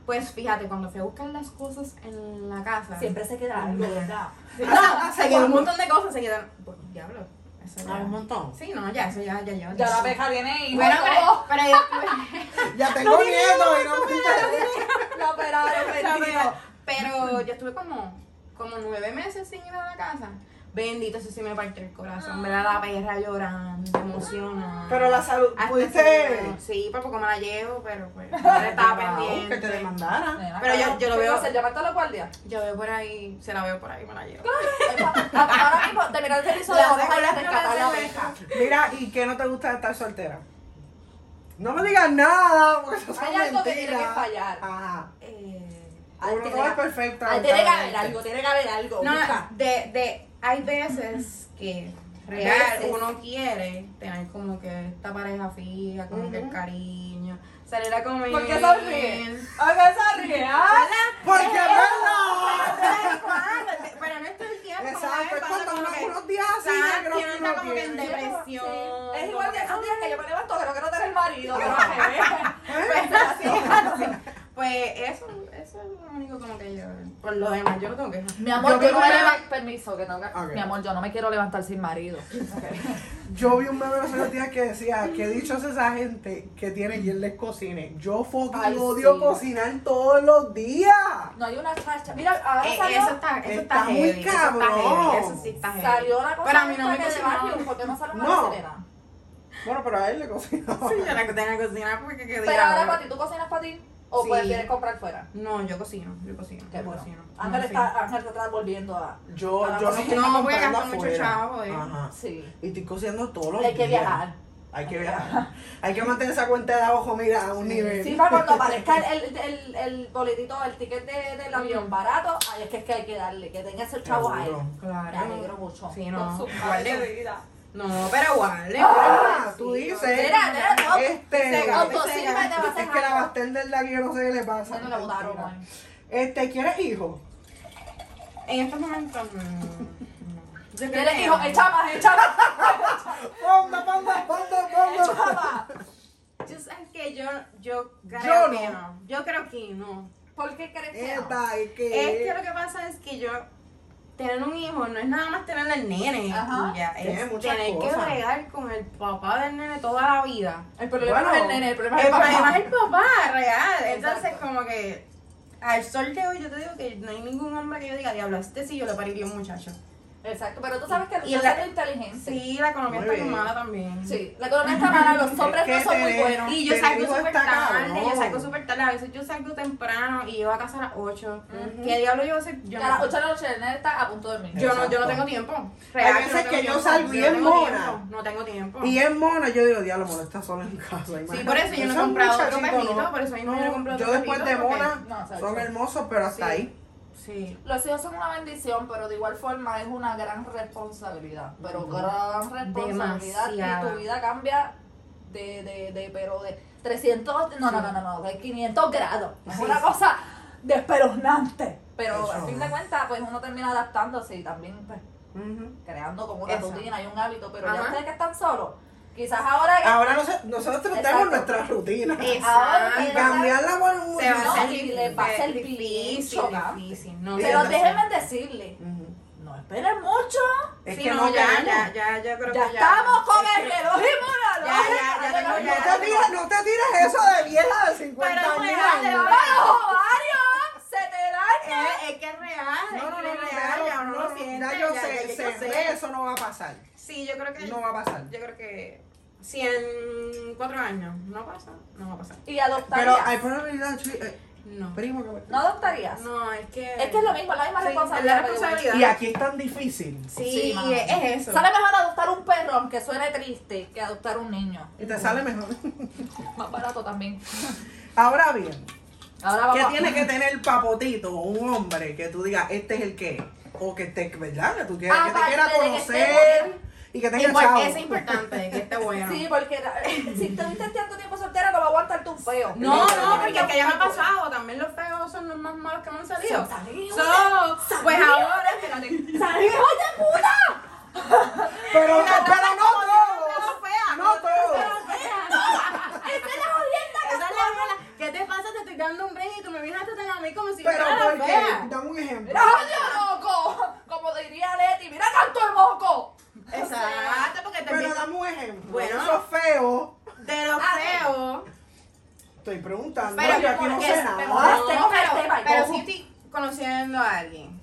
S5: Pues fíjate, cuando fui a buscar las cosas en la casa. [LAUGHS]
S2: Siempre se queda algo, ¿verdad?
S5: Ah, [LAUGHS] se quedaron un montón de cosas, se quedaron. Por diablo. Eso ya.
S1: Ah, un montón.
S5: Sí, no, ya, eso ya, ya, ya.
S2: Ya la peja tiene hijos.
S5: Bueno,
S2: todo. [LAUGHS]
S5: pero, pero
S1: Ya tengo miedo y no me
S2: La operaron, bendito. [LAUGHS]
S5: pero, pero yo estuve como, como nueve meses sin ir a la casa. Bendito, eso sí me partió el
S2: Ah.
S5: corazón. Ver a la perra llorando, emocionada.
S1: Pero la salud,
S5: Hasta
S1: pudiste
S5: que- Sí, pues porque me la llevo, pero
S1: [LAUGHS]
S5: pues no le estaba pendiente.
S1: que Pues te demandara.
S2: Nena,
S5: Pero yo-
S2: cabrón,
S5: yo lo
S2: ¿qué
S5: veo-
S2: vas a hacer? ¿Llamarte a la guardia?
S5: Yo veo por ahí, se la veo por ahí, me la llevo.
S1: [LAUGHS]
S2: Ahora mismo, terminar el episodio,
S5: La
S2: vamos a ir a
S5: dejo, la
S2: rescatar la
S5: dejo, la
S2: peja.
S1: Mira, ¿y qué no te gusta de estar soltera? No me digas nada, porque eso es
S2: Hay
S1: mentira.
S2: algo que tiene que fallar.
S1: Ajá.
S5: Eh,
S2: Ahí
S1: Uno
S2: tiene
S1: no es
S2: que-
S1: perfecto.
S2: ahí tiene que haber algo, tiene que haber algo.
S5: no,
S2: busca.
S5: de, de, hay veces que real
S2: Veces.
S5: uno quiere tener como que esta pareja fija, como que el
S1: Ujú.
S5: cariño, salir a comer.
S2: ¿Por qué sonríe?
S5: [LAUGHS]
S2: Oiga, esa real.
S1: Porque
S2: Eh,
S1: es verdad.
S5: Pero no es todo el
S2: eh,
S5: tiempo.
S1: Exacto,
S5: ¿sabes?
S1: es
S5: Pasa
S1: cuando
S5: como
S1: uno,
S5: que- [LAUGHS]
S1: unos días así,
S5: Exacto,
S1: yo creo
S5: uno
S1: que
S5: está
S1: uno
S5: como que en
S1: tiene.
S5: depresión.
S2: Sí. Es igual que esos días que yo me levanto, que no quiero tener marido, que no me
S1: ¿Eh?
S5: [LAUGHS]
S1: [LAUGHS]
S5: Pues eso, eso es lo único como que yo. Por lo demás, yo no tengo quejas.
S4: Mi
S1: amor, yo no me leva-
S4: Permiso, que tengo que...
S1: Ok.
S4: Mi amor, yo no me quiero levantar sin marido.
S1: Yo vi un meme los otros días que decía que dichos esa gente que tiene quien les cocine. Yo fucking
S2: Ay,
S1: odio
S2: sí.
S1: cocinar todos los días.
S2: No hay una chacha. Mira, ahora
S5: Eh,
S2: salió,
S5: eso está, eso está,
S1: Está
S5: heavy,
S1: muy
S5: eso está
S1: cabrón.
S5: heavy, eso sí está heavy.
S2: salió la cosa
S5: Pero a mí
S2: esta
S5: no me
S2: que de
S5: cocinaron.
S2: barrio, ¿Por qué no sale una
S1: No.
S2: cocinera?
S1: Bueno, pero a él le cocinaba.
S5: Sí, yo la que tengo que cocinar porque qué
S2: Pero ahora para ti, ¿tú cocinas para ti? ¿O
S5: Sí.
S2: prefieres comprar fuera?
S5: No, yo cocino, yo cocino,
S2: Qué
S5: yo
S2: bueno.
S5: cocino.
S2: Ángel
S5: No,
S2: está, ah, Ángel te está volviendo a...
S1: Yo,
S2: Para
S1: yo
S2: cocinar.
S1: estoy
S5: No,
S1: comprando
S5: porque gasto mucho
S1: afuera.
S5: chavo, eh.
S1: Ajá.
S2: Sí.
S1: Y estoy cocinando todos los días.
S2: Hay que viajar.
S1: Hay que viajar. Hay que mantener esa cuenta de abajo, mira, a un nivel.
S2: Sí, para cuando aparezca el, el, el, el boletito, el ticket de, del avión barato, ahí es que es que hay que darle, que tenga esos chavos ahí.
S1: Seguro.
S5: sí.
S2: Me alegro
S5: Claro.
S2: mucho.
S5: Sí,
S2: Con
S5: no.
S2: su
S5: Guarden.
S2: de vida.
S5: No, pero guarde.
S1: Ah, tú dices.
S2: Mira, mira, no.
S1: Este.
S5: Dice,
S2: autosírvete, vas a
S1: Es que
S2: dejar.
S1: la bartender de aquí yo no sé qué le pasa.
S2: Bueno, la botaron, man.
S1: Este, ¿quieres hijo?
S5: En estos momentos, no. no. Yo creo
S2: ¿Quieres
S5: que-
S2: hijo? Echa más, echa más,
S1: Ponga, ponga, ponga, ponga.
S2: echa más.
S5: Yo sabes que yo, yo creo
S1: Yo
S5: que
S1: no.
S5: no. Yo creo que no.
S2: ¿Por qué crees que no?
S1: Esta, es
S5: Este Es que
S1: que.
S5: lo que pasa es que yo tener un hijo no es nada más tener al nene
S2: Ajá.
S5: y ya,
S1: Tiene
S5: es
S1: muchas
S5: tener que
S1: cosas.
S5: bregar con el papá del nene toda la vida.
S2: El problema
S1: Bueno,
S2: no es el nene, el problema es
S5: El
S2: el
S5: problema
S2: papá.
S5: es el papá, real. Entonces,
S2: Exacto.
S5: como que al sol de hoy, yo te digo que no hay ningún hombre que yo diga, diablo, este sí yo lo pariría un muchacho.
S2: Exacto, pero tú sabes que
S5: Y
S2: yo
S5: la-
S2: soy inteligente. Sí.
S5: Sí, la economía
S1: Muy
S5: está
S1: bien.
S5: muy mala también.
S2: la economía está mala,
S5: [LAUGHS]
S2: los hombres no
S1: Es que
S2: son muy
S1: te-
S2: buenos.
S5: Y yo
S1: Te
S5: salgo
S1: digo,
S5: súper
S1: está
S5: tarde, yo
S1: cabrón.
S5: salgo súper tarde. A veces yo salgo temprano y llego a casa a las 8. ¿Qué diablo yo sé?
S2: Y
S5: Yo
S2: a las
S5: no,
S2: 8 de la noche el nene está a punto de dormir.
S5: yo no, yo no tengo tiempo. Real,
S1: Hay veces
S5: no tengo
S1: que yo
S5: tiempo.
S1: salgo y
S5: no
S1: es
S5: tengo
S1: mona.
S5: tiempo, No tengo tiempo.
S1: Y es mona, yo digo, diablo, mona está sola en casa.
S5: Sí,
S1: imagínate.
S5: por eso yo no he
S1: Esas
S5: comprado otro
S1: muchachas,
S5: perrito,
S1: no.
S5: por eso mismo yo no he comprado
S1: Yo
S5: otro
S1: después de
S5: perrito, porque-
S1: mona,
S2: no, ¿sabes?
S1: son hermosos, pero hasta
S5: Sí.
S1: ahí.
S5: Sí.
S2: Los hijos son una bendición, pero de igual forma es una gran responsabilidad. Pero gran responsabilidad y
S5: Demasiada.
S2: tu vida cambia de, de, de, pero de 300, no, no, no, no, no, de 500 grados. Es
S5: Sí,
S2: una
S5: sí.
S2: cosa desperoznante. Pero
S1: Eso.
S2: al fin de cuentas, pues uno termina adaptándose y también pues,
S1: Ujú.
S2: creando como una
S5: Eso.
S2: rutina y un hábito. Pero ya
S5: Ajá.
S2: ustedes que están solos, quizás ahora que...
S1: Ahora nos- nosotros tenemos
S2: Exacto.
S1: nuestra rutina.
S2: Ahora
S1: Y
S2: que-
S1: cambiarla por un...
S5: Se va
S2: No,
S5: a hacer
S2: y le va a hacer
S5: difícil,
S2: bien
S5: difícil,
S2: chocante.
S5: difícil, no
S1: Sí,
S2: Pero
S1: entonces-
S2: déjenme decirle,
S1: Ujú.
S2: no esperen mucho.
S1: Es
S5: Sí,
S1: que
S5: no,
S1: no
S5: ya,
S1: tenemos.
S5: ya, ya, ya creo
S2: Ya
S5: que ya.
S2: estamos con el reloj inmunológico.
S5: Ya, ya, ya tengo
S1: No te tires, no te tires eso de vieja de 50
S5: Pero
S1: años.
S5: fuera de-
S2: ¡Vamos, ovarios! ¡Se te daña!
S5: Es, es que es real.
S1: No, no, no,
S5: es
S1: no,
S5: real, ya
S1: no,
S5: uno
S1: no,
S5: lo siente,
S1: ya yo
S5: ya-
S1: sé,
S5: ya yo
S1: se
S5: sé.
S1: ve, eso no va a pasar.
S5: Sí, yo creo que
S1: No va a pasar.
S5: Yo creo que si en cuatro años no pasa, no va a pasar.
S2: Y
S1: Pero
S2: adoptarías.
S1: hay probabilidad, chi- eh,
S5: No.
S1: primo. que me-
S2: ¿No adoptarías?
S5: No, es que.
S2: Es que es lo mismo, es la misma
S5: Sí,
S2: responsabilidad.
S5: es la responsabilidad.
S1: Y aquí es tan difícil.
S5: Sí,
S2: Sí, mano.
S5: es, es eso.
S2: Sale mejor adoptar un perro, aunque suene triste, que adoptar un niño.
S1: Y te sale mejor. [LAUGHS]
S2: Más barato también.
S1: Ahora bien,
S2: Ahora vamos
S1: ¿qué
S2: a-
S1: tiene que tener papotito o un hombre que tú digas, este es el que? es"? O que esté, ¿verdad? Que tú quieras, que te
S2: Aparte
S1: quiera
S2: de que esté
S1: conocer. Y que tenga
S5: Impor-
S1: chavo.
S5: es importante que esté bueno.
S2: Sí, porque la- [LAUGHS] si tuviste tanto tiempo soltera, no va a aguantar tu feo.
S5: No, no, porque es que ya me ha pasado. También los feos son los más malos que me han salido.
S2: Salimos,
S5: So, pues
S2: salió.
S5: ahora, espérate.
S2: salimos de puta.
S1: [LAUGHS] Pero, no- pero no
S5: Pero
S1: todos.
S5: fea,
S1: No
S5: pero
S1: todos.
S5: fea.
S2: Esta es la jodienda
S5: Esa es la mala. ¿Qué te pasa? Te estoy dando un break y tú me vienes a tratar a mí como si yo
S1: Pero
S5: fuera la
S1: porque,
S5: fea.
S1: dame un ejemplo.
S2: ¡Mira, oye, loco! Como diría Leti, ¡mira canto el moco!
S5: Exacto, porque te
S1: Pero
S5: empiezas-
S1: dame un ejemplo.
S5: Bueno.
S1: Eso es feo.
S5: de lo feo.
S1: Estoy preguntando.
S5: Pero
S1: yo aquí no
S5: porque
S1: sé
S5: es-
S1: nada. Ah, este
S2: pero- Ahora tengo que hacer
S5: pero, pero
S2: algo.
S5: sí estoy conociendo a alguien.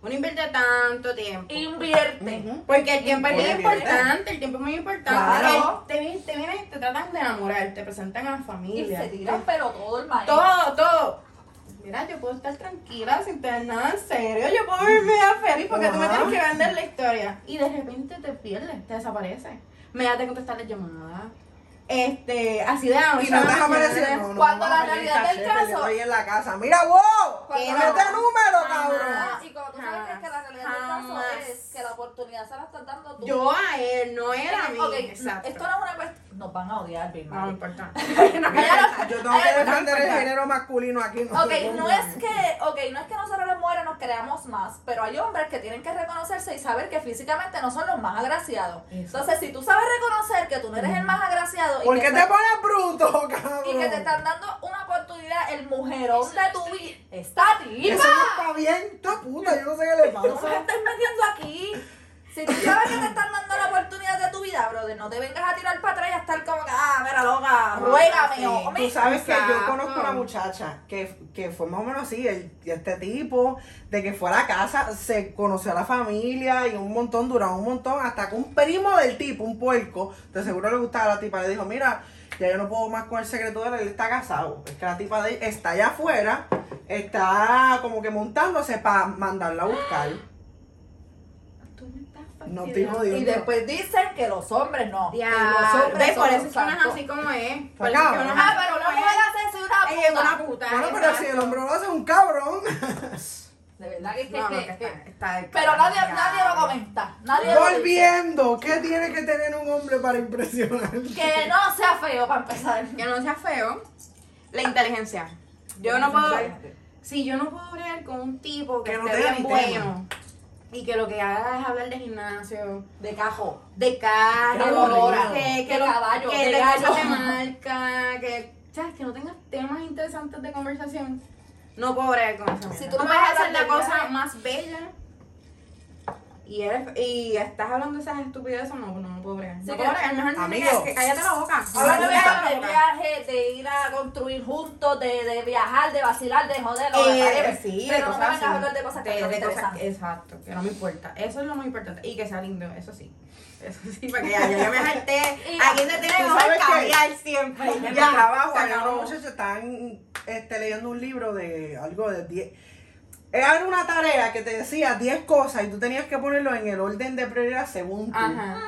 S5: Uno invierte tanto tiempo.
S2: Invierte.
S1: Ujú.
S5: Porque el tiempo es
S1: Muy
S5: bien
S1: bien.
S5: importante, el tiempo es muy importante.
S2: Claro.
S5: Porque Te, vi- te vienen, te tratan de enamorar, te presentan a la
S2: Y
S5: familia.
S2: se tiran pero todo el maíz.
S5: Todo, todo. Mira, yo puedo estar tranquila sin tener nada en serio. Yo puedo verme feliz porque tú me
S1: Ajá.
S5: tienes que vender la historia. Y de repente te pierdes, te desapareces. Me das de contestar las llamadas. Este, así de la noche
S1: Y no
S5: a
S1: te
S5: la
S1: dejan
S5: mañana.
S1: merecer, no, no,
S2: Cuando
S1: vamos
S2: la
S1: a perder
S2: realidad
S1: caché,
S2: del caso-
S1: perdiendo ahí en la casa. Mira, wow.
S5: Que
S1: Mete
S5: no.
S1: número,
S2: Ah,
S5: Jamás.
S1: cabrón.
S2: Y cuando tú sabes que, es que la realidad del caso
S5: Jamás.
S2: es que la oportunidad se la estás dando tú.
S5: Yo a él, no era a mí.
S2: Ok,
S5: Exacto. Ah,
S2: Esto no es una cuestión. Nos van a odiar, mi
S5: No me
S2: hermano. [LAUGHS]
S5: importa.
S1: Yo tengo que defender el género masculino aquí. No
S2: Ok,
S1: sé
S2: no
S1: cómo.
S2: es que, ok, no es que nosotros las mujeres nos creamos más, pero hay hombres que tienen que reconocerse y saber que físicamente no son los más agraciados. Entonces, si tú sabes reconocer que tú no eres el más agraciado y
S1: ¿Por
S2: que
S1: qué
S2: estás-
S1: te pones bruto, cabrón?
S2: y que te están dando una oportunidad, el mujerón de tu vida está
S1: Eso
S2: tipa.
S1: no está bien. Tú puta, yo no sé qué le
S2: No nos
S1: pasa.
S2: estés metiendo aquí. Si tú sabes que te están dando la oportunidad de tu vida, brother, no te vengas a tirar para atrás y a estar como que, ah, mira, loca,
S5: No,
S2: ruégame.
S5: sí.
S2: o-
S1: Tú
S2: mi-
S1: sabes que yo
S5: Exacto.
S1: conozco una muchacha que, que fue más o menos así, el- este tipo, de que fue a la casa, se conoció a la familia y un montón, duró un montón, hasta que un primo del tipo, un puerco, de seguro le gustaba a la tipa, le dijo, mira, ya yo no puedo más con el secreto de él, él está casado, es que la tipa de él está allá afuera, está como que montándose para mandarla a buscar.
S5: Tú me estás
S1: No te
S5: fastidiando.
S1: jodí.
S2: Y después dicen que los hombres no. que los
S5: Ya,
S2: hombres
S5: ¿Ves?
S2: son
S5: Por eso es
S2: los
S5: que uno es
S2: santos.
S5: así como es. Por
S1: Pues
S5: eso es que
S1: cabrón.
S5: uno es
S2: Ah,
S5: así
S2: pero
S5: como
S2: la
S5: es.
S2: mujer hace eso
S5: Ella es una
S2: una puta.
S5: puta.
S1: Bueno, pero si el hombre lo hace un cabrón.
S2: De verdad que, que-
S5: No, no,
S2: que-
S5: que
S2: que-
S5: está, está del
S2: Pero nadie,
S5: carajo.
S2: nadie lo comenta. Nadie lo dice.
S1: Volviendo, ¿qué tiene que tener un hombre para impresionar?
S2: Que no sea feo para empezar.
S5: Que no sea feo. La inteligencia. Yo no puedo. Si yo no puedo bregar con un tipo que,
S1: Que no
S5: esté
S1: tenga
S5: bien
S1: ni
S5: bueno.
S1: tema.
S5: Y que lo que haga es hablar de gimnasio,
S2: De cajo.
S5: de carro,
S1: Que aburrido.
S5: que, que
S2: De
S5: lo-
S2: caballo,
S5: que
S2: de
S5: te
S2: gallo.
S5: de marca, que, ¿sabes? que no tengas temas interesantes de conversación. No puedo bregar con eso.
S2: Si
S5: mierda.
S2: tú no
S5: me
S2: vas a
S5: vas a hacer
S2: hablar
S5: la
S2: de
S5: cosa
S2: viaje.
S5: más bella y, eres, y estás hablando de esas estupideces, no, no, no puedo bregar.
S2: Sí,
S5: no
S2: que-
S5: puedo bregar, mejor ni
S1: Amigo.
S5: que, que cállate la boca.
S1: Ahora
S5: No
S1: no
S5: voy a
S1: está.
S2: de
S5: boca.
S2: viaje, de ir a construir juntos, de, de viajar, de vacilar, de joder, o de
S5: Eh,
S2: whatever.
S5: sí, de
S2: pero no me
S5: cosas
S2: vengas
S5: así.
S2: a hablar de cosas que
S5: De-
S2: no me
S5: de cosas-
S2: interesan.
S5: Exacto, que no me importa. Eso es lo más importante. Y que sea lindo, eso sí. Eso sí, porque ya, ya yo me salté.
S2: [LAUGHS] Y-
S5: Aquí te tenemos
S1: sabes
S5: el
S1: qué?
S5: caviar siempre.
S1: En
S5: Ya,
S1: mi trabajo,
S5: se
S1: hay unos
S5: acabó.
S1: muchachos que están este, leyendo un libro de algo de 10. Era una tarea que te decía 10 cosas y tú tenías que ponerlo en el orden de prioridad según tú.
S5: Ajá.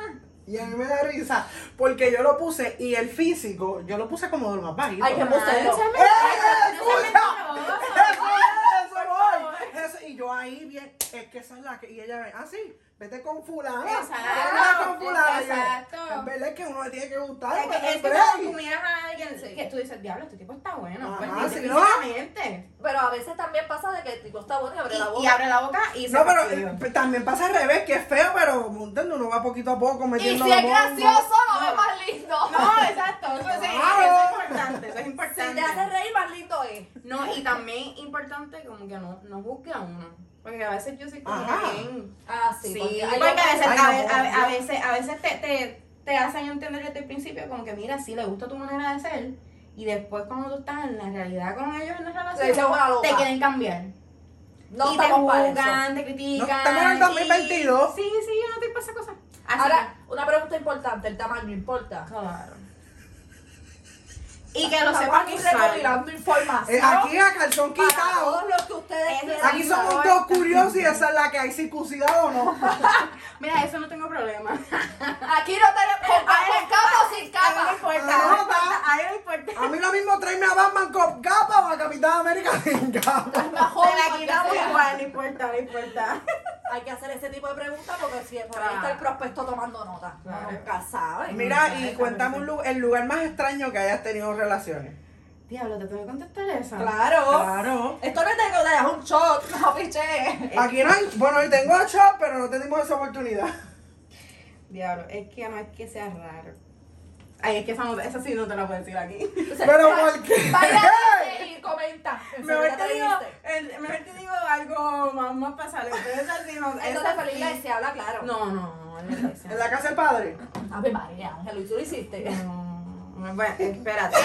S1: Y a mí me da risa porque yo lo puse y el físico, yo lo puse como de lo más bajito. [LAUGHS]
S2: Ay, qué
S1: ¡Eh,
S2: Usted no.
S5: Eso es
S1: puta! Eso es, eso voy. Eso- y yo ahí bien, es que esa es la que. Y ella ve, ah, sí, vete con fulana. Vete con fulana. Y yo,
S5: exacto.
S1: Es verdad que uno le tiene que gustar.
S5: Es que
S1: pero
S5: es que
S1: break.
S5: cuando tú miras a alguien
S3: Sí.
S5: que tú dices, diablo, este tipo está bueno.
S1: Ajá,
S5: Pues dice
S1: sí, ¿no?
S5: físicamente.
S2: Pero a veces también pasa de que el tipo está bueno y abre la
S5: Y, y
S2: boca.
S5: abre la boca y se
S1: No, pero
S5: fastidió.
S1: eh, también pasa al revés, que es feo, pero ¿entiendes? uno va poquito a poco
S2: Y,
S1: metiendo
S2: si
S1: la
S2: es
S1: bomba.
S2: gracioso, lo ves más lindo.
S5: No, exacto. Eso, sí, eso es importante. Eso es importante.
S2: Si te hace reír, más lindo es.
S5: No, y también importante como que no, no juzgue a uno. Porque a veces yo soy como
S1: Ajá.
S5: bien.
S2: Ah, sí.
S5: Sí,
S2: porque
S5: porque
S2: hay hombres-
S5: a veces,
S1: Ay,
S5: a,
S1: no,
S5: ve- a, ve-
S1: yo-
S5: a veces, a veces te, te, te hacen entender desde el principio como que mira, sí le gusta tu manera de ser. Y después cuando tú estás en la realidad con ellos en la
S2: Se dice
S5: relación,
S2: una loca.
S5: te quieren cambiar.
S2: No
S5: y te
S2: estamos para eso.
S5: juzgan, te critican.
S1: No, estamos en el
S5: y-
S1: 2022.
S5: Sí, sí, yo no estoy para esa cosa. Así
S2: Ahora, una pregunta importante, el tamaño importa.
S5: que, claro. Y que lo
S2: Estamos
S5: sepas
S2: aquí
S5: usar.
S2: recopilando información.
S1: Eh, Aquí a calzón
S2: para
S1: quitado.
S2: todos los que ustedes
S5: Eso es
S2: quieran.
S1: Aquí somos dos curiosos y esa es la que hay circuncidado o no.
S5: Mira, eso no tengo problema.
S2: Aquí no tenemos
S5: A ver,
S2: con capa o sin
S5: A mí no
S2: capa.
S5: importa, a mí no importa, a mí no importa.
S1: A mí lo mismo traerme a Batman con capa o a Capitán América [LAUGHS] sin capa.
S2: Mejor
S5: Te la
S2: porque
S5: quitamos
S2: sea.
S5: igual, no importa, no importa.
S2: Hay que hacer ese tipo de preguntas porque si por ahí
S5: Claro.
S2: está el prospecto tomando nota. Uno
S5: Claro.
S2: Nunca sabe.
S1: Mira, y cuéntame un lu- el lugar más extraño que hayas tenido relaciones.
S5: Diablo, te tengo que contestar esa.
S2: Claro.
S1: Claro.
S2: Esto no es de es un shot, no piche.
S1: Aquí no hay, bueno, yo tengo shop, pero no tenemos esa oportunidad.
S5: Diablo, es que no es que sea raro. Ay, es que esa, no, esa sí no te la puedo decir aquí.
S1: Pero ¿por qué?
S2: Vaya y comenta.
S5: Mejor
S2: Enseguida
S5: te
S2: te
S5: digo,
S2: dijiste.
S5: el- mejor te digo algo más, más pasable. Pero esa sí no.
S2: Entonces,
S5: Esa
S2: feliz la iglesia, habla claro.
S5: No, no, no. no,
S1: ¿En la casa del padre?
S2: Ave María, Ángel, ¿y tú lo hiciste?
S5: no, no, Bueno, espérate.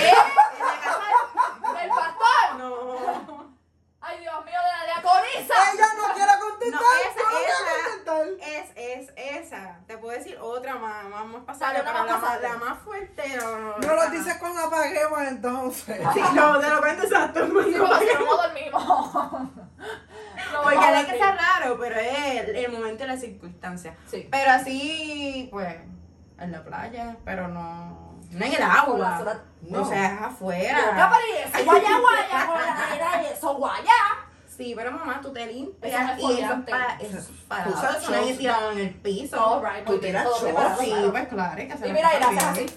S2: ¡El pastor!
S5: No.
S2: ¡Ay, Dios mío, de la diaconisa!
S1: Ella no quiere contestar.
S5: No, esa,
S1: no quiere
S5: esa.
S1: contestar.
S5: Es, es esa. Te puedo decir otra más, más, más pasable,
S2: Dale,
S5: pero
S2: una
S5: la,
S2: más
S5: más-
S2: pasable.
S5: la más fuerte. No, no,
S1: No lo
S5: esa
S1: dices cuando apaguemos [LAUGHS] entonces.
S5: Sí, no, te lo cuento exacto.
S2: Sí,
S5: cuando
S2: porque si
S5: vaya.
S2: no, no dormimos. No
S5: Porque
S2: vamos a
S5: hay que
S2: dormir.
S5: ser raro, pero es el, el momento y la circunstancia.
S2: Sí.
S5: Pero así, pues, en la playa, pero no, no en el
S2: Con la sola-
S5: agua.
S1: No.
S5: O sea, es
S2: Ya,
S5: afuera.
S2: pero y eso, guaya, guaya, con la era y eso, guaya.
S5: Sí, pero mamá, tú te
S2: Eso no
S5: limpias
S2: es
S5: y eso es
S2: follante.
S5: para, eso es para,
S1: Tú sabes,
S5: eso no es tirado en el piso.
S2: All right,
S1: Tú
S2: muy bien,
S1: tiras
S2: todo
S1: shorts.
S2: preparado,
S5: Sí,
S2: claro.
S5: pues claro, hay que
S2: Y
S5: hacerlo
S2: mira, y la
S5: bien.
S2: haces así.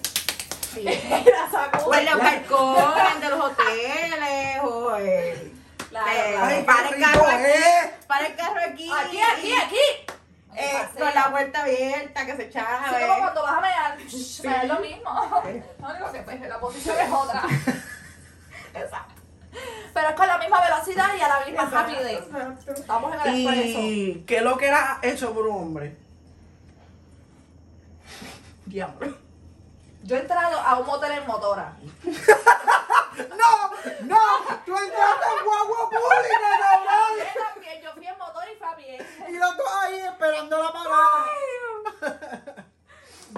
S5: Sí.
S2: Y la
S5: O en los
S2: sacudes.
S5: balcones de los hoteles, o eh,
S2: Claro,
S5: eh,
S2: claro.
S1: Ay,
S5: para
S1: qué
S5: el carro
S1: rico,
S5: aquí,
S1: eh.
S5: para el carro aquí.
S2: Aquí, aquí, aquí.
S5: Eh,
S2: Así.
S5: con la puerta abierta, que se echaba. eh.
S2: Sí, como cuando vas a mear, mear es lo mismo.
S1: Sí.
S2: Lo único que pues, la posición es otra. Exacto. Pero es con la misma velocidad y a la misma rapidez. Estamos en el expreso.
S1: ¿Y qué es lo que era hecho por un hombre?
S5: Diablo.
S2: Yo he entrado a un motel en [LAUGHS] motora.
S1: ¡No! ¡No! ¡Tú entraste en guagua pública, cabrón!
S2: Yo también, yo fui en motora y fue bien.
S1: Y los dos ahí esperando la parada.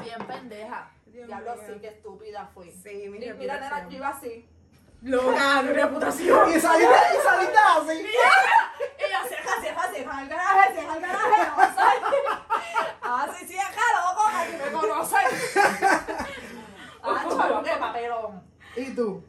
S2: Bien pendeja.
S5: Dios
S2: Diablo,
S5: mío.
S2: sí, qué estúpida fui.
S5: Sí, mi
S2: Y mira, nena, yo
S5: reputación.
S2: iba [LAUGHS] así.
S5: Loca, mi reputación.
S1: [LAUGHS] Y saliste, y saliste así.
S2: Y yo, cierra, cierra, cierra el garaje, cierra el [LAUGHS] garaje, no sé. Ah, sí, cierra, loco, que me conoces. [LAUGHS] Ah, cholo, qué papelón.
S1: ¿Y tú?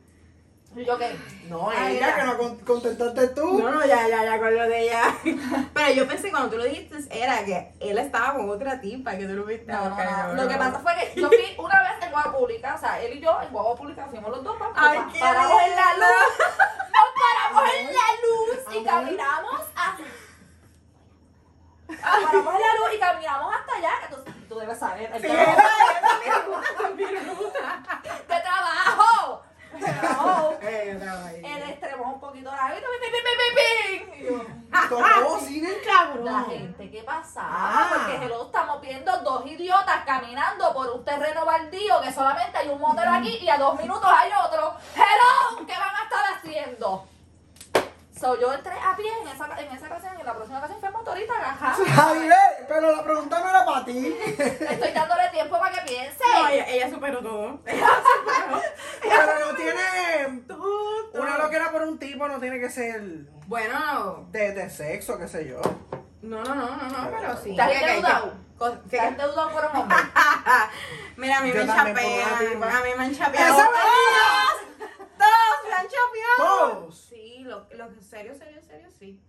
S2: Y yo, ¿qué?
S1: No,
S2: Ay,
S1: ella
S2: ya.
S1: que no con- contestaste tú.
S5: No, no, ya, ya, ya, con lo de ella. [LAUGHS] Pero yo pensé cuando tú lo dijiste era que él estaba con otra tipa que tú lo viste.
S2: No, no,
S5: Ok,
S2: no.
S5: cabrón.
S2: Lo que pasa fue que yo fui una vez en Guagua Pública, o sea, él y yo en Guagua Pública fuimos los dos para
S5: Ay,
S2: para-
S5: qué
S2: paramos en la
S5: lindo.
S2: luz,
S5: [LAUGHS]
S2: nos paramos en la luz y
S1: Amor.
S2: caminamos hasta paramos en la luz y caminamos hasta allá, que tú, tú debes saber el
S5: Sí,
S2: trabajo.
S5: esa es mi ruta.
S2: ¡Qué trabajo! ¡Qué trabajo!
S5: Eh, otra vez.
S2: El extremo es un poquito largo y tú, pim, pim, pim, pim, pim. Y yo,
S1: Tocó cine,
S2: La
S1: Ah, cabrón.
S2: gente, ¿qué pasa?
S1: Ah.
S2: Porque hello, estamos viendo dos idiotas caminando por un terreno baldío que solamente hay un motor aquí y a dos minutos hay otro. ¡Hello! ¿Qué van a estar haciendo? So, yo entré a pie en esa, en esa ocasión y en la próxima ocasión fue motorista
S5: [LAUGHS]
S2: ajá.
S1: Javier, pero la pregunta no era para [LAUGHS] ti.
S2: Estoy dándole tiempo para que piense.
S5: No, ella, ella superó todo. Ella superó
S1: Pero no tiene.
S5: todo.
S1: Una loquera por un tipo no tiene que ser
S5: Bueno,
S1: de, de sexo, qué sé yo.
S5: no, no, no, no, no, pero sí.
S2: ¿Estás
S5: Que- que-
S2: endeudado?
S5: co- que-
S2: Estás endeudado por un hombre.
S5: [LAUGHS] Mira, a mí
S1: Yo
S5: me han
S1: también por una
S5: chapeado.
S1: tipa.
S5: A mí me han
S1: ¡Esa
S5: chapeado.
S1: es
S5: Todos me han chapeado.
S1: Todos.
S5: Sí, lo, lo serio, serio, serio, sí.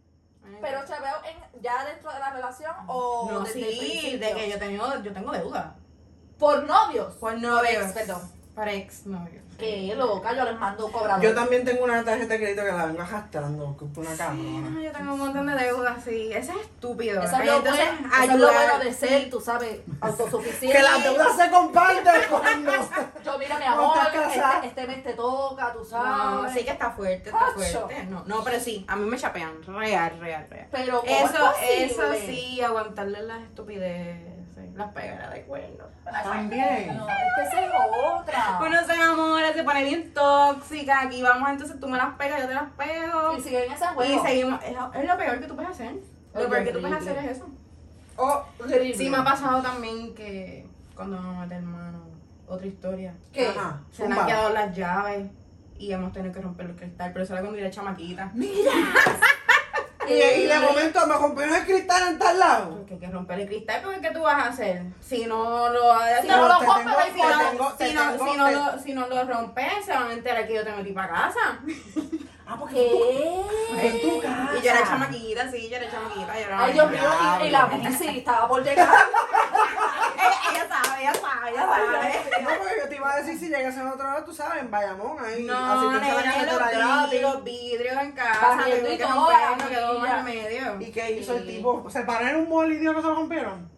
S5: Ay,
S2: Pero chapeo en, ya dentro de la relación o
S5: no,
S2: desde el
S5: sí, de
S2: principio?
S5: que yo tengo, yo tengo deuda.
S2: Por novios.
S5: Por
S2: ex, perdón.
S5: Por ex novio.
S2: Qué loca, yo les mando cobrador.
S1: Yo también tengo una tarjeta de crédito que la vengo arrastrando, que es una
S5: No,
S1: cámara.
S5: yo tengo un montón de deudas, sí. Ese es estúpido.
S2: Eso es, lo bueno,
S5: Entonces,
S2: eso pues, es lo bueno
S5: ayudar-
S2: de ser, tú sabes, autosuficiente.
S1: Que las deudas se comparten
S5: [LAUGHS]
S1: cuando.
S2: Yo, mira, mi
S1: cuando
S2: amor,
S1: estás casada.
S2: este, este mes te toca, tú sabes.
S5: No, sí que está fuerte, está
S2: Ocho.
S5: fuerte. No, no, pero sí, a mí me chapean. Real, real, real.
S2: Pero, ¿cómo es
S5: Eso,
S2: posible?
S5: eso sí, aguantarle las estupideces, las pegadas de cuernos.
S1: También.
S2: No, es que esa es otra.
S5: Uno se enamora, se pone bien tóxica. Aquí vamos, entonces tú me las pegas, yo te las pego.
S2: y siguen ese
S5: Y,
S2: juego.
S5: seguimos. Es lo, es lo peor que tú puedes hacer. Lo
S2: Oye,
S5: peor que tú puedes
S2: horrible.
S5: hacer es eso.
S2: Oh, horrible.
S5: Sí, me ha pasado también que cuando me mata el hermano, otra historia.
S2: ¿Qué?
S1: Ajá,
S5: Se me
S1: zumba.
S5: han quedado las llaves y hemos tenido que romper el cristal, pero eso era cuando era chamaquita.
S2: [LAUGHS]
S1: Y, y de momento me rompieron el cristal en tal lado.
S5: Porque hay que romper el cristal, porque ¿qué tú vas a hacer? Si no lo
S2: Si
S5: si
S2: no
S5: no,
S2: lo
S1: te
S2: compras,
S1: tengo-
S2: ahí
S1: te
S2: fuera.
S1: tengo- te
S5: si no,
S1: tengo-
S5: si no
S1: te-
S5: lo, si no lo rompes, se van a enterar que yo te metí para casa.
S1: Ah, porque
S2: ¿Qué?
S1: en tu casa.
S5: Y yo era chamaquita, sí, yo era chamaquita, yo era
S2: Ay, Dios mío, y, y la
S1: Diablo.
S2: bici estaba por llegar. [LAUGHS]
S5: Ella, ella sabe, ella sabe, ella sabe.
S1: No, porque yo te iba a decir si llegas a otro lado, tú sabes, en Bayamón, ahí.
S5: No,
S1: así
S5: nene, los,
S1: gratis.
S5: vid- los vidrios en casa,
S2: Barriendo
S5: tuvimos
S2: y
S5: que
S2: todo,
S5: romperlo,
S2: la
S5: quedó
S2: vajilla.
S5: en medio.
S1: ¿Y qué hizo el
S5: Sí.
S1: tipo? ¿Se paró en un mall y dio que se lo rompieron?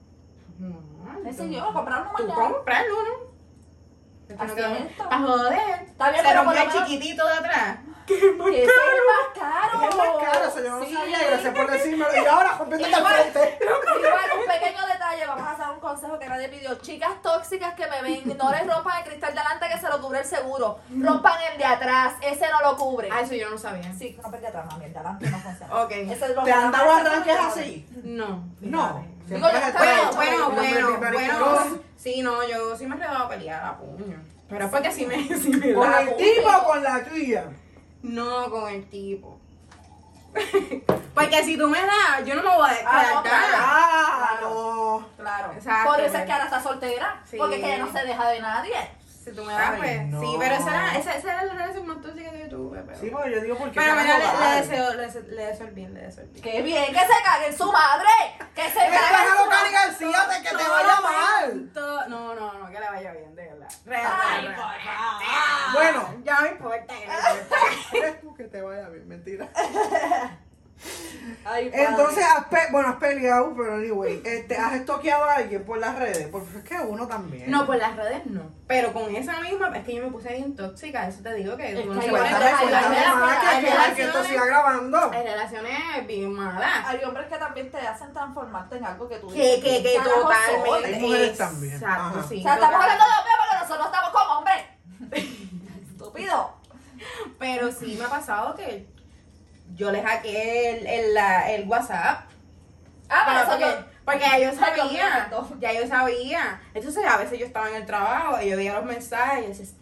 S5: No,
S2: Qué sé
S5: tú-
S2: yo, compraron
S5: Tú
S2: mañana.
S5: comprarlo, ¿no?
S2: Así es.
S5: A joder.
S2: Está bien,
S5: Se
S2: pero
S5: rompió
S2: por
S5: el
S2: lo menos-
S5: chiquitito de atrás.
S2: Que ese es más caro.
S1: Es más caro, o sea, yo no
S2: Sí.
S1: sabía, gracias por decírmelo. Y ahora rompiendo el frente.
S5: [LAUGHS]
S2: Igual, un pequeño detalle, vamos a dar un consejo que nadie pidió. Chicas tóxicas que me ven, no les rompan el cristal de adelante que se lo cubre el seguro. Rompan el de atrás, ese no lo cubre.
S5: Ah, eso yo no sabía.
S2: Sí, no perdí atrás, mami, el de adelante no funciona.
S5: Ok.
S2: Ese es
S1: ¿Te
S2: lo que
S1: han
S2: no
S1: dado
S2: funciona.
S1: arranques así?
S5: No.
S1: No.
S5: fíjate.
S2: Digo, yo estaba-
S5: Bueno,
S2: Ay,
S5: bueno,
S2: no,
S5: bueno,
S1: pero-
S5: bueno. Sí, no, yo sí me he quedado a pelear a puño. Pero es porque sí me... [LAUGHS] Sí me
S1: ¿Con
S5: da-
S1: el tipo o con la tuya?
S5: No, con el tipo. [LAUGHS] porque si tú me das, yo no me voy a
S2: Ah, no,
S5: descartar.
S1: Ah, no.
S2: Claro.
S5: Exacto.
S2: Por eso es que ahora está soltera.
S5: Sí.
S2: Porque es que ella no se deja de nadie.
S5: Si tú me das,
S1: Ay,
S5: pues...
S1: no.
S5: Sí, pero esa era, esa, esa era la relación más tóxica que yo tuve. Pero,
S1: Sí, porque yo digo, ¿por qué?
S5: pero
S1: me
S5: mira,
S1: van a
S5: le, le
S1: robar?
S5: deseo, le, deseo- le deseo el bien, le deseo el bien.
S2: ¡Qué bien! ¡Que se cague en su madre! ¡Que se cague!
S1: Esta es
S2: en su
S1: a Cari
S2: madre!
S1: García, de que te vaya
S5: [LAUGHS]
S1: mal.
S5: Todo- No, no, no, que le vaya bien, de verdad. Real,
S2: ¡Ay,
S5: real,
S2: por
S5: real.
S2: favor!
S1: Bueno,
S5: Ya me importa, ya
S2: [LAUGHS]
S5: me importa.
S1: eres tú que te vaya bien, mentira.
S2: Ay, padre.
S1: Entonces, has pe- bueno, has peleado, pero anyway, este, has estoqueado a alguien por las redes, porque es que uno también.
S5: No, pues, por las redes no. Pero con esa misma, es que yo me puse bien tóxica, eso te digo que tú no
S2: que
S5: se
S2: igual
S5: puede-
S1: Cuéntame,
S2: Ay,
S1: cuéntame
S2: ay,
S1: más, que
S5: ay,
S1: al final
S5: ay,
S1: que esto
S5: ay,
S1: siga grabando.
S5: Hay relaciones bien malas.
S2: Hay hombres que también te hacen transformarte en algo que tú
S5: Que, que, que
S2: Carajo,
S5: totalmente.
S1: Hay mujeres también.
S5: Exacto,
S1: Ajá.
S5: sí.
S2: O sea, estamos
S5: total.
S2: hablando de hombres porque nosotros no estamos como hombres. [LAUGHS] Estúpido.
S5: Pero sí me ha pasado que yo les hackeé el, el, la- el WhatsApp.
S2: Ah, pero
S5: Para-
S2: eso
S5: porque,
S2: yo.
S5: porque ya yo
S2: Ay, Dios mío,
S5: sabía.
S2: santo.
S5: Ya yo sabía. Entonces a veces yo estaba en el trabajo y yo veía los mensajes y decía,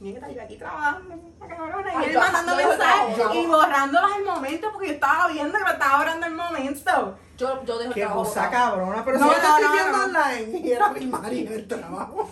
S5: mira que está yo aquí trabajando, esta cabrona.
S2: Ay,
S5: Y él
S2: yo-
S5: mandando
S2: yo lo
S5: mensajes
S2: trabajo,
S5: y borrándolos el momento porque yo estaba viendo que lo estaba borrando el momento.
S2: Yo, yo dejo el
S1: Qué
S2: trabajo.
S1: cosa
S2: botado.
S1: cabrona, pero
S5: No,
S1: si yo te
S5: no,
S1: estoy
S5: no,
S1: viendo
S5: no.
S1: online y era mi marido en el trabajo.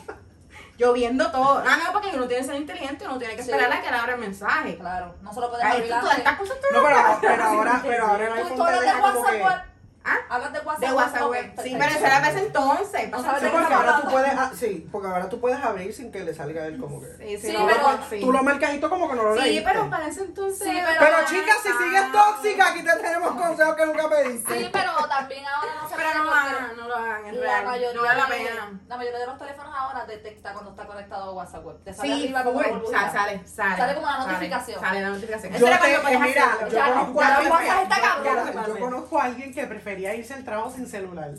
S5: Yo viendo todo. Ah, no, porque uno tiene que ser inteligente, uno tiene que
S2: Sí.
S5: esperar a que le abra el mensaje.
S2: Claro, no se lo puedes
S5: Ay, esto-
S2: olvidar.
S5: todas estas cosas tú
S1: No,
S5: no
S1: pero,
S5: las-
S1: [LAUGHS] pero ahora, pero ahora el
S2: Tú,
S1: iPhone
S2: tú
S1: te
S2: hablas de
S1: deja como
S2: WhatsApp
S1: que...
S2: web.
S5: ¿Ah?
S2: Hablas de WhatsApp pues,
S5: De
S2: web.
S5: WhatsApp
S2: Ok,
S5: web. Sí,
S2: perfecto.
S5: pero será vez entonces.
S1: Sí,
S2: No sabes de
S5: pues, entonces,
S2: qué
S1: porque
S2: estamos
S1: ahora tú
S2: hablando.
S1: puedes, ah, sí, porque ahora tú puedes abrir sin que le salga él como que...
S5: Sí, sí,
S2: Sí,
S5: no,
S2: pero-
S5: cual- sí.
S1: Tú lo marcas y tú como que no lo leíste.
S5: Sí, pero para ese entonces.
S2: Sí, pero-
S1: Pero chicas, si sigues tóxica, aquí te tenemos consejos que nunca pediste.
S2: Sí, pero también ahora no se
S5: Pero
S2: puede
S5: no lo
S2: porque
S5: hagan, no lo hagan, es
S2: La
S5: real.
S2: mayoría,
S5: No vale la
S2: de-
S5: pena.
S2: la mayoría de los teléfonos ahora detecta cuando está conectado a WhatsApp web. Te sale
S5: Sí,
S2: arriba como una
S5: full. O sea,
S2: burbujita.
S5: sale, sale.
S2: Sale como la notificación.
S5: Sale, la notificación.
S1: Yo
S5: Eso era
S1: te- eh,
S5: cuando podías
S1: mira,
S5: hacerlo.
S1: yo
S2: Ya,
S1: conozco
S2: ya
S1: a
S2: lo
S1: alguien.
S2: guardas esta
S1: yo-
S2: cabrona.
S1: yo- Yo conozco a alguien que prefería irse al trabajo sin celular.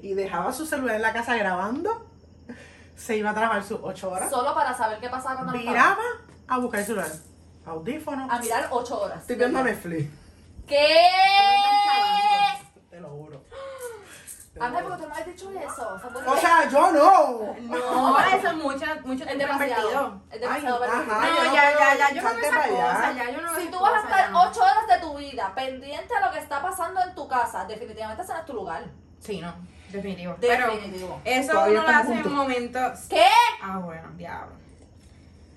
S1: Y dejaba su celular en la casa grabando. Se iba a trabajar sus ocho horas.
S2: Solo para saber qué pasaba cuando nos paramos.
S1: Viraba a buscar el celular. Audífono.
S2: A mirar ocho horas.
S1: Estoy viendo Netflix.
S2: ¿Qué? Eh.
S1: Te lo juro. Te lo
S2: Anda,
S1: juro.
S2: porque tú no has dicho eso. O sea, ¿por
S1: O
S2: qué?
S1: sea, yo no.
S5: No, eso es mucho, mucho
S2: es
S5: tiempo invertido.
S2: demasiado. Es demasiado.
S1: Ay,
S2: pervertido.
S1: ajá.
S5: No,
S1: yo no puedo
S5: ya, ya, ya, yo no veo
S1: echarte
S5: esas
S1: para allá.
S5: cosas, ya, yo no veo
S2: Si tú
S5: esas
S2: vas a
S5: cosas,
S2: estar
S5: ya.
S2: ocho horas de tu vida pendiente a lo que está pasando en tu casa, definitivamente ese no es tu lugar.
S5: Sí, no, definitivo.
S2: Definitivo.
S5: Pero eso
S1: Todavía
S5: uno lo
S1: está en
S5: hace en
S1: punto.
S5: momentos...
S2: ¿Qué?
S5: Ah, bueno, diablo.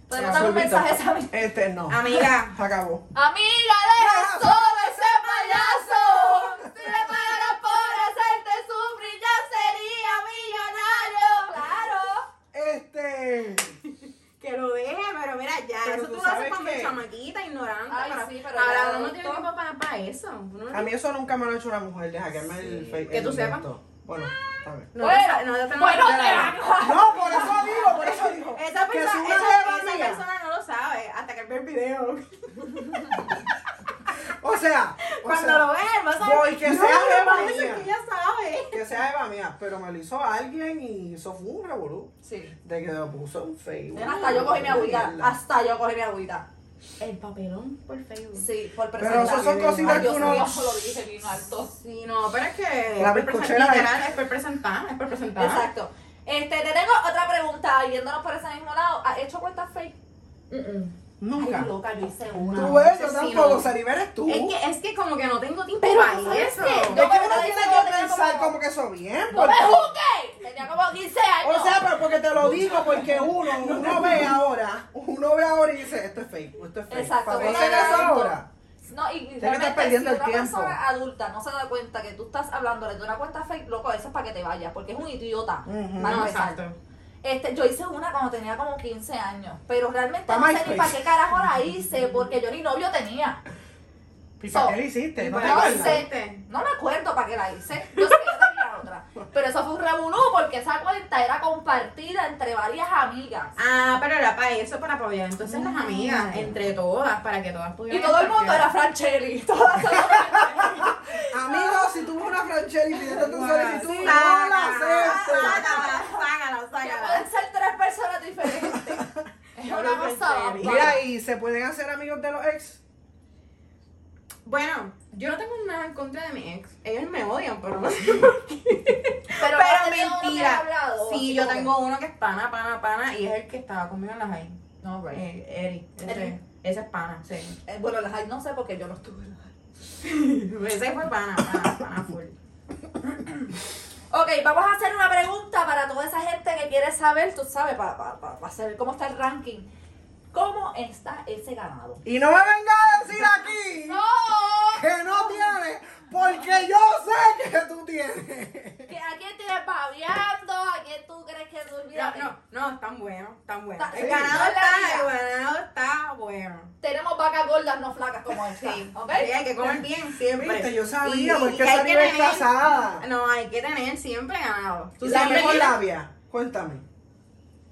S2: Podemos dar un mensaje a esa amiga.
S1: Este no.
S5: Amiga,
S1: Se acabó.
S2: Amiga,
S1: Ah.
S2: deja solo ese payaso. Si le pagaras por hacerte sufrir, ya sería millonario. Claro.
S1: Este.
S5: que lo deje, pero mira, ya,
S1: Pero
S5: eso
S1: tú
S5: tú lo haces
S1: sabes
S5: cuando
S1: que-
S5: chamaquita, ignorante.
S2: Ay,
S5: para-
S2: sí, pero ya
S5: Ahora uno no
S2: adulto.
S5: tiene tiempo para, para eso. Uno no
S1: A mí eso nunca me lo ha hecho una mujer, de hackearme el Facebook.
S5: Que tú sepas.
S1: Bueno, está
S2: [LAUGHS]
S1: bien.
S5: No,
S2: Bueno,
S5: te- no, te- no,
S2: bueno,
S5: te-
S2: te van
S1: No, por eso digo, por eso digo.
S5: Esa
S1: que si
S5: persona,
S1: una
S5: esa,
S1: jeva
S5: esa
S1: mía-
S5: persona no lo sabe hasta que ve el video.
S1: O sea, o
S5: [LAUGHS] Cuando
S1: sea,
S5: lo ve, va a saber.
S1: Porque sea jeva
S5: parece
S1: mía.
S5: que ya sabe.
S1: que sea jeva mía, pero me lo hizo alguien y eso fue un revolú.
S3: Sí.
S1: De que lo puso en Facebook.
S2: Nena, Hasta yo cogí mi agüita. Hasta yo cogí mi agüita.
S5: El papelón por Facebook. Sí,
S2: Sí, por
S1: Pero
S2: presentar.
S1: eso son cositas
S2: Ay,
S1: que
S2: Dios
S1: uno.
S2: mío, lo dije bien alto.
S5: no, pero es que.
S1: La
S5: es por presen-
S1: bizcochera de-
S5: Literal, es por presentar, es por presentar.
S2: Exacto. Este, te tengo otra pregunta, yéndonos por ese mismo lado. ¿Has hecho cuentas fake?
S1: Nunca.
S2: Ay, loca, yo hice una.
S1: Tú ves, yo
S5: Sí,
S1: tampoco,
S5: no.
S1: Saribel eres tú.
S5: Es que, es que como que no tengo tiempo
S2: Pero,
S5: para
S2: ¿sabes
S5: eso.
S2: qué?
S1: Es que
S2: Yo- pero
S1: uno
S2: dice,
S1: tiene
S2: yo
S1: que
S2: tenía
S1: pensar
S2: como-
S1: como que eso bien.
S2: ¡No me
S1: porque-
S2: juzgues! Tenía como 15 años.
S1: O sea, pero porque te lo digo, porque uno, uno ve ahora, uno ve ahora y dice, esto es fake, esto es fake.
S2: Exacto,
S1: ¿Para qué
S2: porque
S1: hacer eso
S2: tanto?
S1: ahora?
S2: no, y
S1: que estar
S2: realmente,
S1: perdiendo
S2: si
S1: el
S2: una
S1: tiempo.
S2: persona adulta no se da cuenta que tú estás hablándole de una cuenta fake, loco, eso es para que te vayas, porque es un idiota.
S1: Ujú.
S2: Para
S5: No,
S2: empezar.
S5: exacto.
S2: Este, yo hice una cuando tenía como 15 años, pero realmente
S1: Pa'
S2: no sé ni
S1: MySpace.
S2: para qué carajo la hice, porque yo ni novio tenía.
S1: ¿Y para
S2: So,
S1: qué lo hiciste?
S5: y
S1: ¿No te
S5: para-
S1: acuerdas?
S2: sé. No me acuerdo para qué la hice. Yo sé que yo tenía otra. Pero eso fue un revolú porque esa cuenta era compartida entre varias amigas.
S5: Ah, pero era para eso, para apoyar entonces las amigas, entre todas, para que todas
S2: Y
S5: pudieran.
S2: todo el mundo era
S5: participar.
S2: Franchelli. Todas
S1: Amigo, si tú ves una franchella y pidiendo tu solicitud, no la
S5: Sácala,
S1: aceptes.
S5: sácala, sácala,
S2: que
S5: sácala.
S2: pueden ser tres personas diferentes. Es una cosa.
S5: Franchelli.
S1: Mira, ¿y se pueden hacer amigos de los ex?
S5: Bueno, yo no tengo nada en contra de mi ex. Ellos me odian, pero no
S2: Pero, ¿no has
S5: Pero
S2: tenido uno que haya
S5: mentira.
S2: hablado?
S5: Sí,
S2: Así
S5: yo
S2: como
S5: tengo uno que es pana, pana, pana, y es el que estaba conmigo en la high.
S3: No, right.
S5: Eh, Eri. Ese,
S2: Eri.
S5: ese es pana,
S2: [LAUGHS]
S5: sí.
S2: que- Eh, bueno, las hay no sé porque yo no estuve. en las hay.
S5: Ese fue pana, pana, pana full.
S2: Ok, vamos a hacer una pregunta para toda esa gente que quiere saber, tú sabes, para, para, para, para saber cómo está el ranking. ¿Cómo está ese ganado?
S1: Y no me vengas a decir aquí que no tienes, porque yo sé que tú tienes.
S2: ¿Que ¿A quién tienes babeando? ¿A quién tú crees que tú
S5: No,
S2: olvidas?
S5: no, no, están buenos, están buenos.
S2: eh. Está-
S5: El
S1: sí,
S5: ganado
S2: no es la
S5: está, el ganado está bueno.
S2: Tenemos vacas gordas, no flacas como esta.
S5: Sí,
S2: ¿Ok?
S5: sí, hay que comer bien siempre.
S1: Viste, yo
S5: Y-
S1: sabía,
S5: y
S1: porque
S5: hay
S1: esa
S5: que
S1: niña es
S5: tener-
S1: casada.
S5: No, hay que tener siempre ganado. Tú
S1: La
S5: siempre
S1: mejor
S5: tienes-
S1: labia, cuéntame.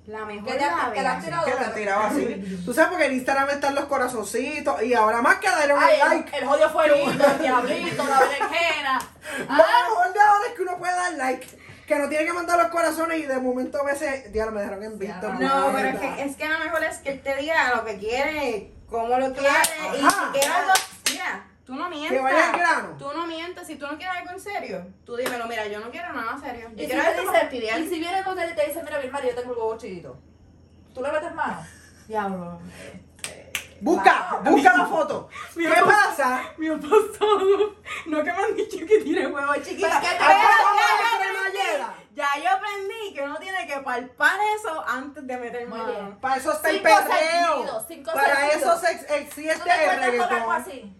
S5: La mejor
S2: Que te han- que te han
S5: labia.
S2: tirado.
S1: Que la tiraba así. Tú sabes porque en Instagram están los corazoncitos y ahora más que darle un
S2: Ay,
S1: like.
S2: el, el jodido fueguito, el diablito,
S1: [LAUGHS]
S2: la berenjena.
S1: Lo
S2: Ah,
S1: mejor de ahora es que uno puede dar like. Que no tiene que mandar los corazones y de momento a veces, diablo, me dejaron en visto.
S5: No, pero es
S1: mierda.
S5: que, es que lo mejor es que él te diga lo que quiere, cómo lo quiere, y
S1: Ajá.
S5: si quiere algo, mira, tú no mientas.
S1: Que vaya al grano.
S5: Tú no mientas, si tú no quieres algo en serio, tú dímelo, mira, yo no quiero nada serio. Yo
S2: y si
S5: quiero
S2: te
S5: algo para
S2: dice,
S5: fastidiar.
S2: y si viene con él y te dice, mira, mi hermano, yo tengo el huevo chidito. ¿Tú le metes mano?
S5: Diablo.
S1: Busca, busca la
S2: [LAUGHS]
S1: foto. ¿Qué pasa?
S5: Me ha pasado. No que me han dicho que tiene huevo chiquito.
S2: Pero que te
S5: Ya,
S1: la
S2: vea
S5: yo aprendí,
S1: cremallera.
S5: Ya yo aprendí que uno tiene que palpar eso antes de meter
S2: Muy
S5: mano.
S2: bien.
S1: Para eso está el
S2: Cinco
S1: perreo.
S2: sentidos, cinco
S1: Para eso
S2: sentidos.
S1: se ex-
S2: ¿Tú
S1: existe
S2: te
S1: el
S2: encuentras con
S1: reggaetón.
S2: algo así?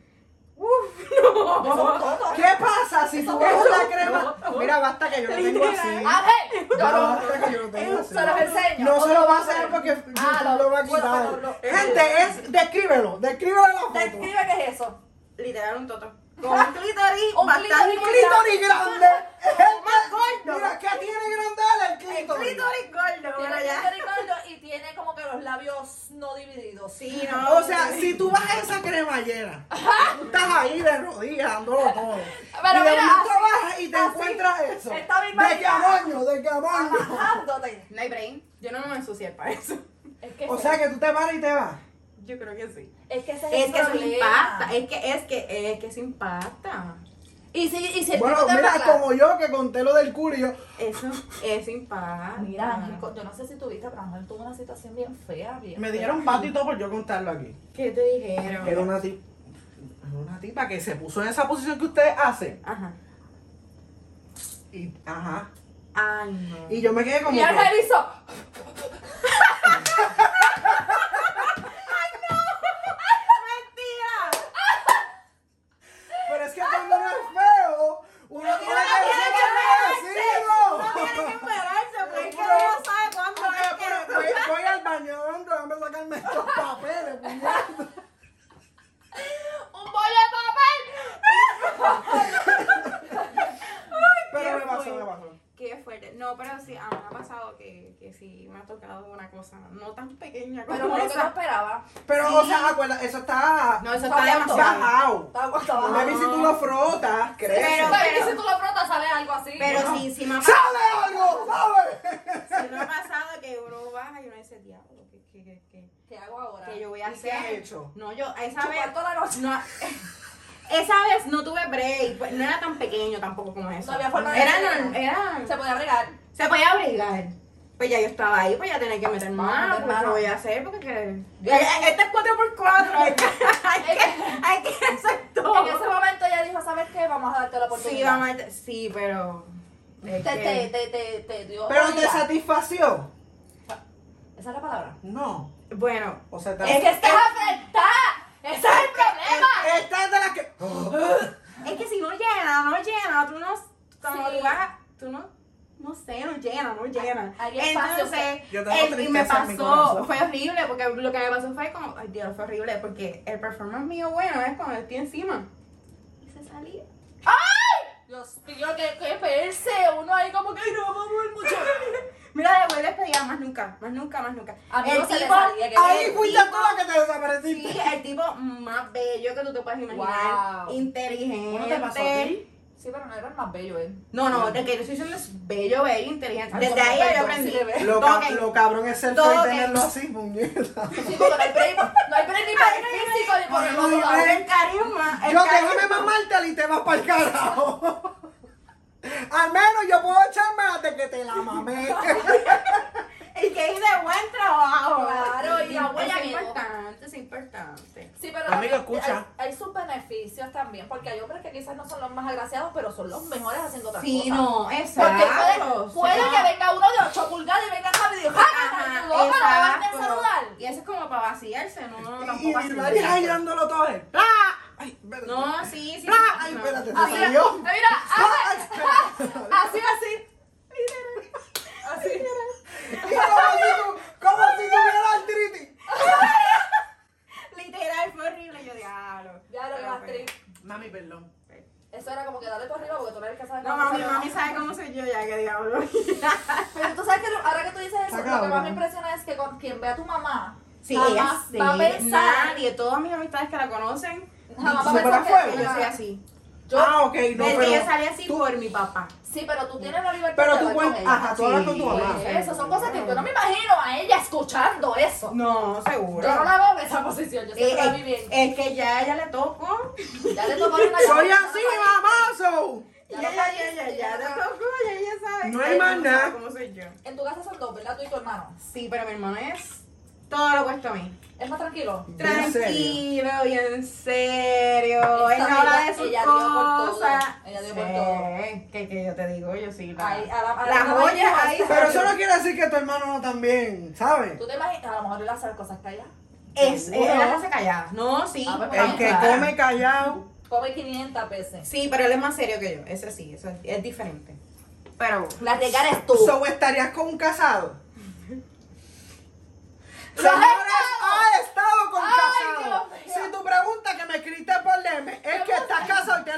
S5: Uf, no.
S1: ¿Qué pasa si tú ves la crema? Mira, basta que yo lo tengo así.
S2: Ah, ¡Ángel!
S1: No, basta que yo lo tengo así.
S2: Se los enseño.
S1: No se lo va a hacer
S2: hacer
S1: porque
S2: Ah,
S1: no lo va a
S2: bueno,
S1: quitar.
S2: pero lo-
S1: Gente, es, descríbelo, descríbelo en la foto.
S2: Describe qué es eso.
S5: Literal un toto. Con un clítoris
S2: Un
S5: bastante
S1: ¡El clítoris grande!
S5: más gordo.
S1: Mira, ¿qué tiene grande el
S5: El
S1: clítoris?
S5: clítoris gordo,
S2: Tiene
S5: pero
S2: el
S5: ya.
S2: clítoris gordo y tiene como que los labios no
S1: [LAUGHS]
S2: divididos.
S5: Sí, no. pues.
S1: O sea, si tú vas a esa cremallera, tú estás ahí de rodillas, dándolo todo.
S2: Pero
S1: y de
S2: mira,
S1: momento
S2: así,
S1: vas y te
S2: así.
S1: encuentras eso.
S2: Está bien
S1: de
S2: marcado.
S1: camaño, de camaño.
S2: Bajándote.
S5: No hay brain. Yo no me voy a ensuciar para eso. [LAUGHS]
S2: Es que
S1: O
S2: ese-
S1: sea que tú te paras y te vas.
S5: Yo creo que sí.
S2: es que ese es,
S5: Es
S2: el
S5: que eso
S2: problema.
S5: impacta. Es que, es que, es que eso impacta.
S2: Y si, y si el
S1: Bueno,
S2: tipo te
S1: mira,
S2: regala-
S1: como yo que conté lo del culo y yo,
S5: Eso, eso impacta.
S2: Mira, Ángel, yo no sé si tuviste, pero Ángel tuvo una situación bien fea. Bien
S1: me
S2: fea.
S1: dieron pato y todo por yo contarlo aquí.
S5: ¿Qué te dijeron?
S1: Era una tipa, una tipa que se puso en esa posición que ustedes hacen.
S5: Ajá.
S1: Y, ajá.
S5: Ay, no.
S1: Y yo me quedé como
S2: Y
S1: que,
S2: Ángel hizo.
S5: ¡Mentira!
S1: pero es que cuando uno es feo, uno tiene que ser
S5: Tiene que
S1: agradecido.
S5: esperarse, porque es que
S1: Pero-
S5: no sabe
S1: [LAUGHS]
S5: cuánto
S1: Porque,
S5: es que...
S1: pero, voy, voy al baño, hombre, a sacarme estos papeles, puñeta.
S2: ¡Un bollo de
S1: [LAUGHS] Pero me
S5: Qué
S1: pasó,
S5: fuerte.
S1: me pasó.
S5: Qué fuerte. No, pero sí, a mí me ha pasado que, que sí me ha tocado una cosa no tan pequeña
S2: papel!
S5: como
S2: Pero bueno, que no
S5: esa.
S2: esperaba.
S1: Pero, o sea, acuerda, eso está
S5: No, eso
S2: está
S5: está
S2: abierto.
S5: demasiado.
S1: bajado.
S2: Estaba estaba-
S1: Una vez si tú lo frotas, crece.
S5: Pero-
S2: Pero pues, y si tú lo frotas, sale algo así.
S5: Pero sí, sí me ha pasado.
S1: ¡Sale algo! ¿Sabes?
S5: Sí me ha pasado que uno baja y uno dice, diablo, ¿qué, qué, qué, qué,
S2: ¿Qué hago ahora?
S5: qué yo voy a
S1: ¿Y qué
S5: hacer?
S1: has hecho?
S5: No, yo a esa vez...
S2: Chupar toda la noche.
S5: No, [LAUGHS] esa vez no tuve break, pues, no era tan pequeño tampoco como eso.
S2: No había forma de
S5: era,
S2: hacerlo.
S5: no- era,
S2: Se podía bregar.
S5: se podía abrigar. Pues ya yo estaba ahí, pues ya tenía que meter mano,
S2: meter
S5: pues
S2: mano.
S5: lo voy a hacer porque que- este es 4x4, [LAUGHS] hay que, hay que, hay que hacer todo.
S2: En ese momento ella dijo, ¿sabes qué? Vamos a darte la oportunidad.
S5: Sí, vamos a, sí, pero
S2: Te,
S5: es
S2: te,
S5: que-
S2: te, te, te dio.
S1: ¿Pero te
S2: vida.
S1: satisfació?
S2: Esa es la palabra.
S1: No.
S5: bueno,
S1: O sea, te...
S2: Es que estás afectada. Ese es el problema.
S1: Esta es de las que...
S5: es que si no llena, no llena, tú no, como
S2: Sí.
S5: tú vas, tú no, no sé, no llena, no llena.
S2: Hay- hay espacio
S5: Entonces,
S1: Yo tengo
S5: el- y me
S1: tristeza en mi
S5: pasó,
S1: corazón.
S5: fue horrible, porque lo que me pasó fue como, ay Dios, fue horrible, porque el performance mío bueno es cuando estoy encima. Y se salía.
S2: Dios mío, que, que perse. Uno ahí como que no vamos a mucho.
S5: Mira, después despedida, más nunca, más nunca, más nunca.
S2: Amigo,
S5: el
S2: se le
S5: tipo,
S2: salía que-
S1: Ahí fuiste
S5: tipo-
S1: tú la que te
S5: sí,
S1: desapareciste.
S5: el tipo más bello que tú te puedas imaginar.
S2: Wow.
S5: Inteligente.
S1: ¿Uno te pasó a ti?
S2: Sí, pero no era el más bello, ¿eh? él.
S5: No, no, el que yo estoy diciendo es bello, bello, inteligente.
S2: Ah,
S5: Desde
S2: como
S5: ahí
S2: bello,
S5: yo aprendí.
S2: sí, de ver.
S1: Lo,
S5: Todo
S1: ca-
S5: que-
S1: lo cabrón es ser
S5: Todo
S1: feo y
S5: que-
S1: tenerlo así, puñeta.
S2: Sí, porque no hay break, no hay break ni para el físico ni por el
S1: No hay
S2: otro lado.
S1: break.
S5: el carisma. el
S1: Yo
S5: carisma.
S1: déjame mamártela y te vas para el carajo. Al menos yo puedo echarme más de que te la mamé.
S5: Y que hice buen trabajo.
S2: Claro, y abuela,
S5: Es
S2: amigo.
S5: importante, es importante.
S2: Sí, pero
S1: Amigo,
S2: también
S1: escucha.
S2: Hay, hay sus beneficios también, porque hay hombres que quizás no son los más agraciados, pero son los mejores haciendo otras
S5: Sí,
S2: cosas.
S5: no,
S2: Porque
S5: exacto.
S2: puede, puede que venga uno de 8 pulgadas y venga acá y diga,
S5: [LAUGHS]
S2: ¡Ah, loca, no me vas a
S5: exacto.
S2: saludar!
S5: Y eso es como para vaciarse, no, [LAUGHS] no,
S1: y y
S5: tampoco así.
S1: Dilmaris ahí dándolo todo. él. ¡Pla! Ay, espérate.
S5: No, sí, sí.
S1: ¡Pla!
S5: sí,
S1: Ay,
S5: no.
S1: espérate,
S2: Ah,
S1: te
S2: mira,
S1: salió.
S2: Mira,
S1: ¡Ah!
S2: hace- así, así.
S1: Así. Y como si tú, como si tuviera artritis.
S5: Literal, fue horrible. Yo, diablo.
S2: Ya lo que
S5: Pero,
S2: más
S5: pues,
S2: triste.
S1: Mami, perdón.
S2: Eso era como que dale tú arriba porque tú no eres que sabes
S5: No,
S2: cómo
S5: mami,
S2: se
S5: mami
S2: llama.
S5: sabe cómo soy yo ya, que diablo.
S2: [LAUGHS] Pero tú sabes que lo- ahora que tú dices eso, lo que más
S1: Cabrón.
S2: me impresiona es que con quien ve a tu mamá,
S5: Sí,
S2: jamás
S5: sí.
S2: va a pensar.
S5: Nadie, todas mis amistades que la conocen,
S2: Jamás va a
S1: Súper
S2: pensar
S1: afuera.
S2: que
S5: que yo soy así.
S2: Yo,
S1: ah, ok, no,
S5: Desde que yo
S1: pero.
S5: salí así por mi papá.
S2: sí, pero tú tienes la libertad
S1: Pero
S2: de
S1: tú
S2: hablar con
S1: cuentas.
S2: ella.
S1: Ajá, tú hablas con tu
S5: Sí.
S1: mamá.
S2: Pues eso son cosas que yo no me imagino a ella escuchando eso.
S5: No, seguro.
S2: Yo no la veo en esa posición, yo
S5: Eh,
S2: siempre la vi
S5: eh,
S2: bien.
S5: es que ya ella le tocó.
S2: Ya le tocó una
S1: [LAUGHS] ¡Soy así, mamazo!
S2: Ya
S5: Ya,
S2: lo
S5: ya,
S2: sabes,
S5: ya, ya,
S2: ya
S5: ya
S2: lo
S5: le
S2: sabes.
S5: tocó, ya ella sabe.
S1: No
S5: que
S1: hay
S5: ella
S1: más nada.
S5: sabe ¿Cómo soy yo?
S2: En tu casa son dos, ¿verdad? Tú y tu hermano.
S5: Sí, pero mi hermano es todo lo opuesto a mí.
S2: Es más tranquilo.
S1: Bien serio.
S5: Tranquilo y en serio.
S2: Esta
S5: Él no habla
S2: ella-
S5: de sus
S2: ella dio por todo,
S5: cosas.
S2: ella dio por todo.
S5: Que, que yo te digo, yo sí. La,
S2: Ahí, a la- a la-
S5: las
S2: a la-
S5: joyas ahí.
S1: Pero eso no quiere decir que tu hermano no también, ¿sabes?
S2: Tú te imaginas, a lo mejor él hace las cosas que allá.
S5: Es,
S1: Seguro.
S5: ella se callada. No, sí.
S2: Ah, pues,
S5: porque-
S1: El que come callado.
S2: Come 500 veces.
S5: Sí, pero él es más serio que yo. Ese sí, eso es, es diferente. Pero.
S2: La regar es tú.
S1: So, ¿estarías con un casado? Señores, ha estado con
S2: Ay,
S1: casado.
S2: Dios mío.
S1: Si tu pregunta que me escribiste por DM es que estás casado, ¿qué es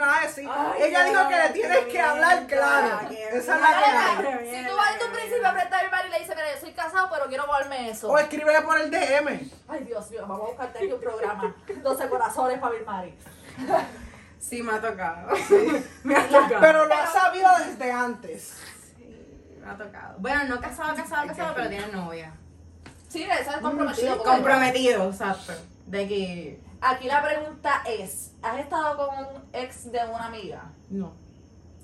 S5: Ay,
S1: Ella
S5: qué
S1: dijo que le tienes que
S5: mierda,
S1: hablar claro.
S5: qué
S1: Esa es
S5: mierda.
S1: la que hay.
S5: Ay,
S2: Si tú vas a tu príncipe a apretar el bar y le dices, mira, yo soy casado, pero quiero comerme eso.
S1: O escríbele por el DM.
S2: Ay, Dios mío, vamos a buscarte aquí un programa. 12 corazones para mi Mari.
S5: Sí, me ha tocado. [LAUGHS] me ha tocado.
S1: Pero lo has sabido desde antes.
S5: Sí, me ha tocado. Bueno, no casado, casado, casado, pero tiene novia.
S2: Sí, eso es comprometido. porque-
S5: Comprometido, exacto. De que.
S2: Aquí la pregunta es, ¿has estado con un ex de una amiga?
S5: No.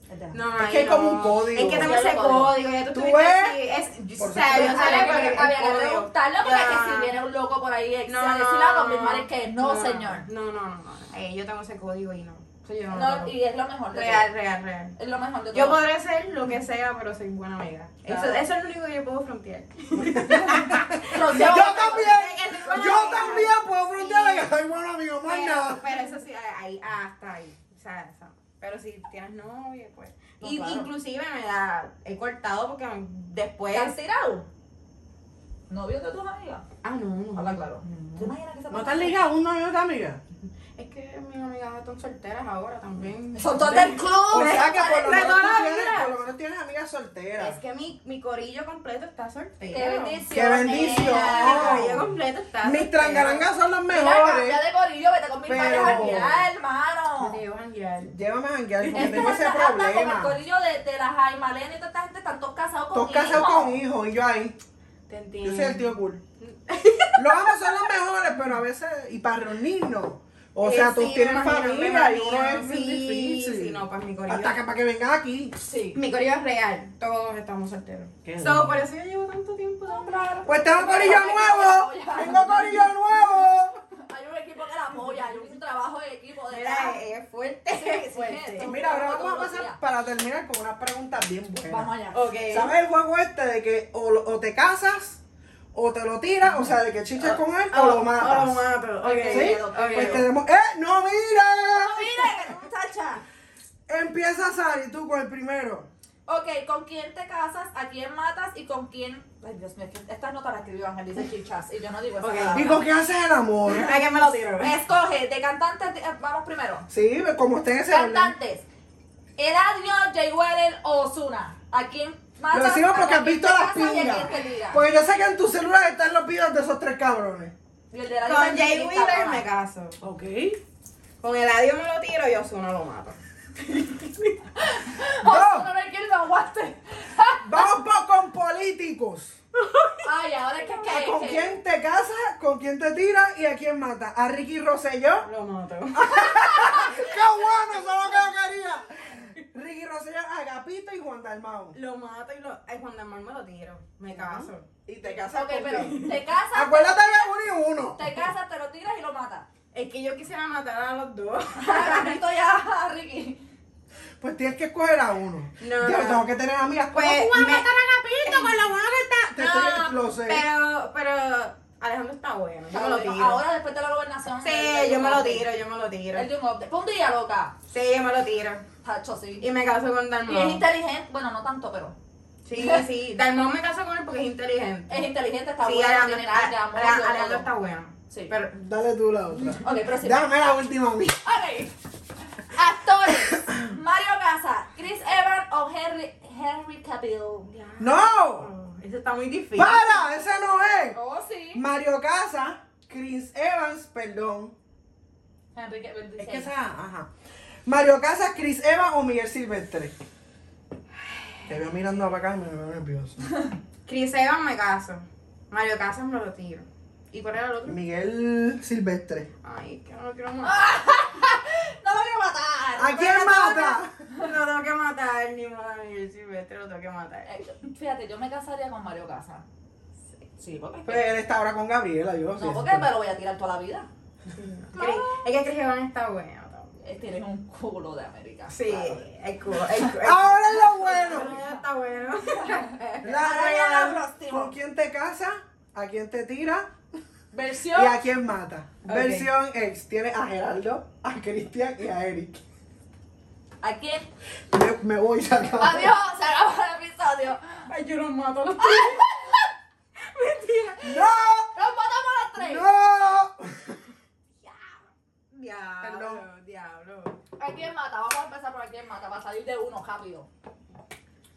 S2: Es de la-
S5: No,
S1: Es que
S5: ay,
S1: hay como
S5: no.
S1: un código.
S5: Es que tengo
S2: Ya
S5: ese
S2: lo código.
S5: código. Ya tú
S1: Tú
S5: estuviste
S1: ves.
S5: aquí, Es,
S1: Por
S5: yo sabía, yo sabía
S2: Había que-
S5: que
S2: había que
S5: el código.
S2: preguntarlo porque
S5: Ya.
S2: que si viene un loco por ahí ex,
S5: No,
S2: a
S5: no,
S2: decirle a los mismos que no, señor.
S5: No, no, no. no. Eh, yo tengo ese código y no. Soy yo no. lo
S2: No,
S5: toco.
S2: y es lo mejor de
S5: Real,
S2: todo.
S5: real, real.
S2: Es lo mejor de todo.
S5: Yo podré ser lo que sea, pero soy buena amiga. Eso,
S2: Claro.
S5: eso es lo único que yo puedo frontear. [LAUGHS]
S1: Yo
S2: Rocío,
S1: también. Yo también puedo frontear que soy buen amigo, más
S5: Pero,
S1: nada.
S5: pero eso sí, ahí, ah, hasta ahí. O sea, eso. Pero si tienes novia, pues.
S2: No,
S5: y,
S2: claro.
S5: Inclusive me la he cortado porque después.
S2: ¿Te has tirado? ¿Novios de tus amigas?
S5: Ah, no, no.
S2: Habla claro. ¿Te imaginas que se
S1: ¿No te has ligado un novio de tu amiga?
S5: Es que mis amigas están solteras ahora también.
S2: Son todas del club.
S1: O sea que por lo
S5: de
S1: menos,
S5: toda la
S1: tú tienes,
S5: vida.
S1: por lo menos tienes amigas
S5: Es
S1: solteras.
S5: que mi, mi corillo completo está soltero.
S2: ¡Qué bendición!
S1: ¡Qué bendición!
S2: nena.
S5: Mi corillo completo está soltero.
S1: Mis trangarangas son las
S2: Mira,
S1: mejores.
S2: cambia de corillo, vete con mis
S1: Pero-
S2: padres a guiar, hermano.
S5: Te iba a janguear.
S1: Llévame a janguear porque
S2: Este
S1: tengo ese
S2: gente anda con el
S1: problema.
S2: corillo de, de la Jaime Elena y toda esta gente, están todos casados con
S1: Todos casados
S2: hijos.
S1: con hijos y yo ahí.
S5: Te entiendo.
S1: Yo soy el tío
S2: [LAUGHS]
S1: cool. Los amos son los mejores, pero a veces. Y para reunirnos. O
S5: Eh,
S1: sea, tú
S5: sí, me
S1: tienes
S5: imagino, me
S1: familia y uno
S5: imagino.
S1: es bien
S5: Sí,
S1: difícil.
S5: Sí, no, pues mi corillo.
S1: Hasta que para que vengas aquí.
S2: Sí.
S5: Mi corillo es real. Todos estamos solteros.
S1: Qué
S5: So, por eso yo llevo tanto tiempo tan raro.
S1: Pues tengo corillo nuevo. Tengo corillo nuevo.
S2: Hay un equipo que la apoya, hay un trabajo de equipo de
S5: Mira,
S2: la...
S1: eh,
S5: es fuerte.
S2: Sí, sí,
S5: fuerte.
S2: sí.
S1: Mira, ahora vamos a pasar para terminar con unas preguntas bien buenas.
S2: Vamos allá.
S5: Ok.
S1: ¿Sabes el juego este de que o, lo- o te casas o te lo tiras? O sea, de que chichas con él o lo
S5: Ah, O
S1: matas.
S5: lo mato. Ok.
S1: ¿Sí?
S5: ok.
S1: Pues tenemos. ¡Eh! ¡No mira!
S2: Mira, muchacha.
S1: Empieza Sari, tú con el primero.
S2: Ok, ¿con quién te casas? ¿A quién matas? ¿Y con quién? Ay, Dios mío, es que estas notas las escribió Ángel, dice chichas. Y yo no digo eso.
S5: Ok,
S1: ¿Y con qué haces el amor?
S5: ¿A qué me lo tiro?
S2: Este, Escoge, de cantantes, de- eh, vamos primero.
S1: Sí, como usted ese orden.
S2: Cantantes. Eladio, Jay Weller o Ozuna. ¿A quién matas?
S1: Lo decimos
S2: ¿A
S1: porque has
S2: quién
S1: visto
S2: te
S1: las
S2: casas y a quién
S1: pingas.
S2: te ligas?
S1: Porque yo sé que en tu celular están los videos de esos tres cabrones.
S2: Y el de Eladio
S5: Con
S2: también
S5: Jay
S2: está
S5: Wheeler
S2: cabrón.
S5: me caso.
S1: Ok.
S5: Con el adiós me lo tiro y Ozuna lo mato.
S2: Ozuna no hay quien lo aguante.
S1: Vamos po- con políticos.
S2: Ay, ahora es que... que-
S1: ¿Con
S2: que-
S1: quién te casas? ¿Con quién te tiras? ¿Y a quién mata? ¿A Ricky Rosselló?
S5: Lo [LAUGHS] mato.
S1: ¡Qué bueno! Eso es lo que yo quería. Ricky Rosselló, Agapito y Juan Dalmau.
S5: Lo mato y lo. Ay, Juan Dalmar me lo tiro. Me caso.
S1: Y te casas
S2: Ok,
S1: con quién?
S2: pero te casas,
S1: Acuérdate que es uno y uno.
S2: te casas, te lo tiras y lo matas.
S5: Es que yo quisiera matar a los dos.
S2: Agarrito ya, Ricky.
S1: Pues tienes que escoger a uno.
S5: No.
S1: Yo tengo que tener amigas. ¿Cómo
S5: [LAUGHS] Pues,
S1: tú vas a
S5: me-
S1: matar a Agapito con lo bueno que está? Te estoy-
S5: No,
S1: lo sé.
S5: Pero, pero Alejandro está bueno. Yo me lo tiro.
S2: Ahora después de la gobernación. el de
S5: Sí, yo
S2: un
S5: me lo
S2: update.
S5: tiro, yo me lo tiro.
S2: El de un update. Fue un día, loca.
S5: Sí, yo me lo tiro.
S2: Tacho, sí.
S5: Y me caso con
S2: Y es
S5: Dalmón.
S2: inteligente, bueno, no tanto, pero
S5: Sí, sí. Dalmón me caso con él porque es inteligente.
S2: es inteligente, está
S5: sí,
S2: bueno,
S5: Alejandro,
S2: tiene nalga, amor,
S5: Ale-
S2: yo-
S5: Alejandro está bueno.
S2: Sí.
S5: Pero
S1: Dale tú la otra.
S2: Ok, pero sí.
S1: Dame la última a mí.
S2: Ok. Actores. Mario Casa, Chris Evans o Henry, Henry Cavill.
S1: ¡No!
S5: oh, eso está muy difícil.
S1: ¡Para! ¡Ese no es!
S2: Oh, sí.
S1: Mario Casa, Chris Evans, perdón.
S2: Henry Cavill.
S1: Es
S2: dice
S1: que
S2: ahí.
S1: esa, ajá. Mario Casas, Chris Evans o Miguel Silvestre. Te veo mirando para acá y me veo nervioso.
S5: Chris Evans me caso. Mario Casas me lo tiro. ¿Y cuál era el otro?
S1: Miguel Silvestre.
S5: Ay, que no lo quiero matar.
S2: Ah.
S5: [LAUGHS]
S2: No lo quiero matar.
S1: ¿A quién mata?
S5: Lo tengo que matar, ni modo, Miguel Silvestre lo tengo que
S2: [LAUGHS]
S5: matar.
S2: Eh, Fíjate, yo me casaría con Mario Casa. Sí, sí porque es que-
S1: Pues él está ahora con Gabriela, yo lo sé.
S2: No, porque me lo voy a tirar toda la vida.
S5: Chris- Es que Chris Evans está bueno también.
S2: Eh, Tienes un culo de América.
S5: Sí, el culo,
S2: [LAUGHS]
S5: el culo.
S2: Ah.
S1: Ahora es lo bueno.
S5: Está bueno. [LAUGHS]
S1: La
S2: Ahora ya
S1: real.
S2: lo próximo.
S1: ¿Con quién te casas? ¿A quién te tira?
S2: Versión.
S1: ¿Y a quién mata?
S5: Ok.
S1: Versión ex. Tiene a Gerardo, a Cristian y a Eric.
S2: ¿A quién?
S1: Me, me voy, se acabó.
S2: Adiós, se acabó el episodio. [LAUGHS]
S5: Ay, yo los mato a los
S1: ¡No!
S2: ¡Nos matamos las tres!
S1: ¡No!
S5: Diablo,
S1: Perdón.
S5: diablo.
S2: ¿A quién mata? Vamos a empezar por para salir de uno rápido.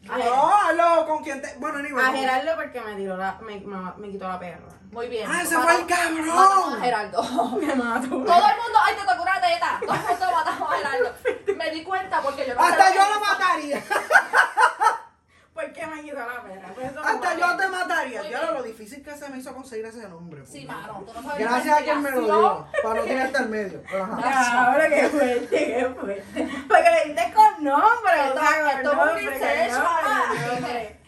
S5: A
S1: No, aló, con quien te. Bueno, ni
S5: A Gerardo porque me, tiró la, me, me- me quitó la perra.
S2: Muy bien.
S1: ¡Ah, ese
S2: Matamos-
S1: fue el cabrón!
S2: matamos a Gerardo.
S5: Me mato.
S2: Todo el mundo, ay, te tocó una teta. Todo el mundo matamos a Gerardo. Me di cuenta porque yo no
S1: Hasta
S2: sé
S1: yo
S2: que-
S1: lo mataría.
S5: ¿Por qué me quitó la perra? Pues eso
S1: Hasta
S5: fue-
S1: yo te mataría.
S2: Muy
S1: Ya
S2: bien.
S1: lo difícil que se me hizo conseguir ese nombre.
S2: Sí,
S1: puñeta.
S2: mano. Tú no sabes
S1: Gracias a
S2: que
S1: quien me lo dio. Para no tirarte al medio. Pero ajá.
S5: Ahora qué fuerte, qué fuerte. Porque le diste con nombre,
S2: Esto-
S5: o
S2: esto
S5: sea,
S2: es
S5: con
S2: un
S5: nombre,
S2: research,
S5: con
S2: mamá.
S5: nombre.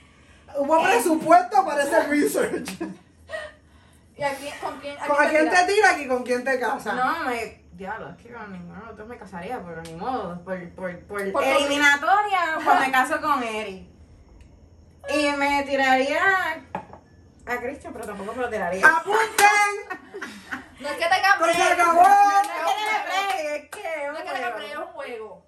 S1: Hubo presupuesto para ese research.
S2: ¿Y a quién, con quién? a
S1: ¿Con a quién
S2: tiras?
S1: te tiras y con quién te casas?
S5: No, me. Diablo, es que con ninguno de los dos me casaría, pero ni modo. Por, por, por,
S2: Por-
S5: eliminatoria, pues me caso con Eric. Y me tiraría a Cristian, pero tampoco me lo tiraría.
S1: ¡Apunten!
S2: No es que tenga
S1: Pues se
S2: break.
S1: acabó.
S5: No es que le pregue, es que.
S2: No es que tenga break, es un juego.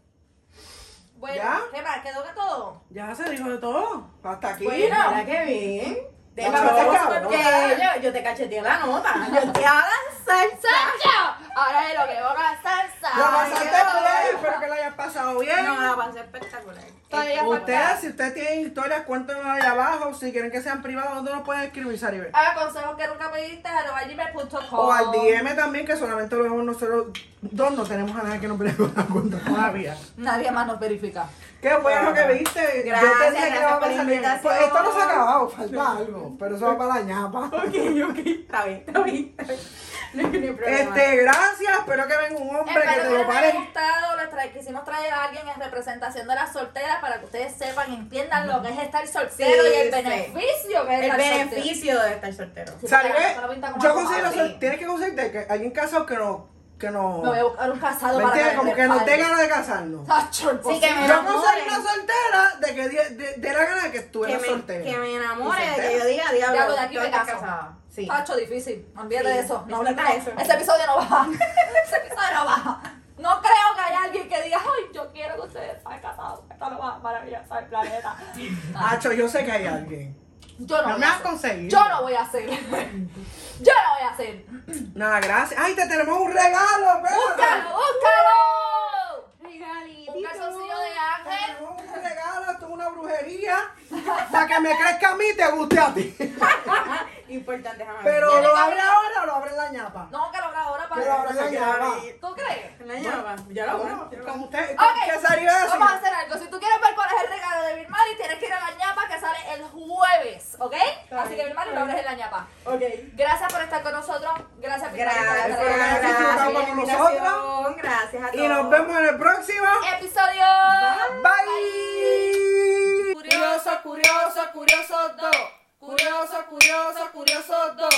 S2: Bueno,
S1: ¿Ya?
S2: ¿qué más? ¿Quedó que todo?
S1: Ya se dijo de todo. Hasta aquí.
S2: Bueno.
S5: Mira qué bien. De
S1: Vamos,
S5: hecho,
S1: cabrón.
S5: porque yo, yo te cacheteé la nota. Yo te hago salsa.
S2: ¡Sancho! Ahora es lo que voy a salsa.
S1: Lo pasaste bien.
S5: bueno.
S1: Espero que lo hayas pasado bien.
S5: No, la pasé espectacular.
S2: Todavía
S1: Ustedes,
S2: falta.
S1: si ustedes tienen historias, cuéntenos ahí abajo. Si quieren que sean privados, ¿dónde nos pueden escribir, Saribel?
S2: Ah, consejos que nunca pediste a gmail.com
S1: O
S5: Oh.
S1: al DM también, que solamente lo vemos nosotros dos. No tenemos a nadie que nos pregunte la cuenta todavía.
S4: Nadie más nos verifica.
S1: Qué bueno que viste.
S5: Gracias,
S1: Yo te dije que
S5: gracias
S1: le iba a
S5: por
S1: pasar
S5: la
S1: bien.
S5: invitación.
S1: Pues esto no se ha acabado, falta algo. Pero eso va para la ñapa.
S5: Ok, ok, está bien, está bien. está bien. No hay ningún
S1: [LAUGHS]
S5: problema.
S1: Este, gracias. Espero que venga un hombre que te
S2: Espero que
S1: lo
S2: les haya
S1: pare.
S2: gustado. Les tra- quisimos traer a alguien en representación de las solteras para que ustedes sepan, entiendan lo que es estar soltero
S5: Sí,
S2: y el
S5: sí.
S2: beneficio que es
S5: el
S2: estar soltero.
S5: beneficio de estar soltero.
S2: Sí,
S1: Saribel,
S2: porque la persona pinta como
S1: yo
S2: una
S1: considero,
S2: madre.
S1: ser- tienes que conseguirte que alguien casado que no, que no,
S2: Me voy a buscar un casado
S1: ¿me
S2: para
S1: entiendes?
S2: que
S1: Como
S2: me
S1: que nos dé
S2: respalde.
S1: ganas de casarnos.
S2: Tacho, imposible.
S5: que me-
S1: Yo no
S5: enamore.
S1: soy una soltera de que die- de- dé la gana de que tú
S5: Que
S1: eras
S5: me,
S1: soltera.
S5: que me enamore,
S1: Y
S5: de
S1: soltera.
S5: que yo diga, diablo,
S2: Diablo, de aquí
S5: yo
S2: me
S5: estoy
S2: caso.
S5: casada. Sí.
S2: Tacho, difícil. Olvídate
S5: Sí,
S2: de eso. No,
S5: disfruta
S2: no, no.
S5: eso.
S2: Ese episodio no baja. [LAUGHS] Ese episodio no baja. No creo que haya alguien que diga, ay, yo quiero que ustedes estén casados. Esto lo más maravilloso del planeta.
S1: Acho, yo sé que hay alguien.
S2: Yo no,
S1: No
S2: voy
S1: me
S2: a
S1: has
S2: hacer.
S1: conseguido.
S2: Yo no voy a hacer. [LAUGHS] yo no voy a hacer.
S1: Nada, gracias. Ay, te tenemos un regalo,
S2: ¡Búscalo,
S1: pero.
S2: búscalo! Regalito. Un calzoncillo de ángel.
S1: Tenemos un regalo, esto es una brujería. [LAUGHS] Para que me crezca a mí y te guste a ti.
S5: Importante, jamás.
S1: Pero
S2: Tiene
S1: lo
S2: que
S1: abre
S2: abrir-
S1: ahora o lo abre la ñapa.
S2: No, que lo grabo ahora
S1: Que lo abra
S2: para
S1: la ñapa.
S2: ¿Tú crees?
S5: La llama, ya la
S1: Bueno,
S5: voy.
S1: como usted,
S2: Ok,
S1: ¿qué salió de
S2: vamos a hacer algo. Si tú quieres ver cuál es el regalo de mi hermano, tienes que ir a la ñapa que sale el jueves, ¿ok? Así que mi hermano lo abres en la ñapa.
S5: Ok.
S2: Gracias por estar con nosotros. Gracias, por
S5: Gracias,
S1: Gracias por haber disfrutado
S5: gracias,
S1: con
S5: nosotros. Gracias a todos.
S1: Y nos vemos en el próximo.
S2: Episodio.
S1: Bye.
S2: Curioso, curioso, curioso 2. Curioso, curioso, curioso 2.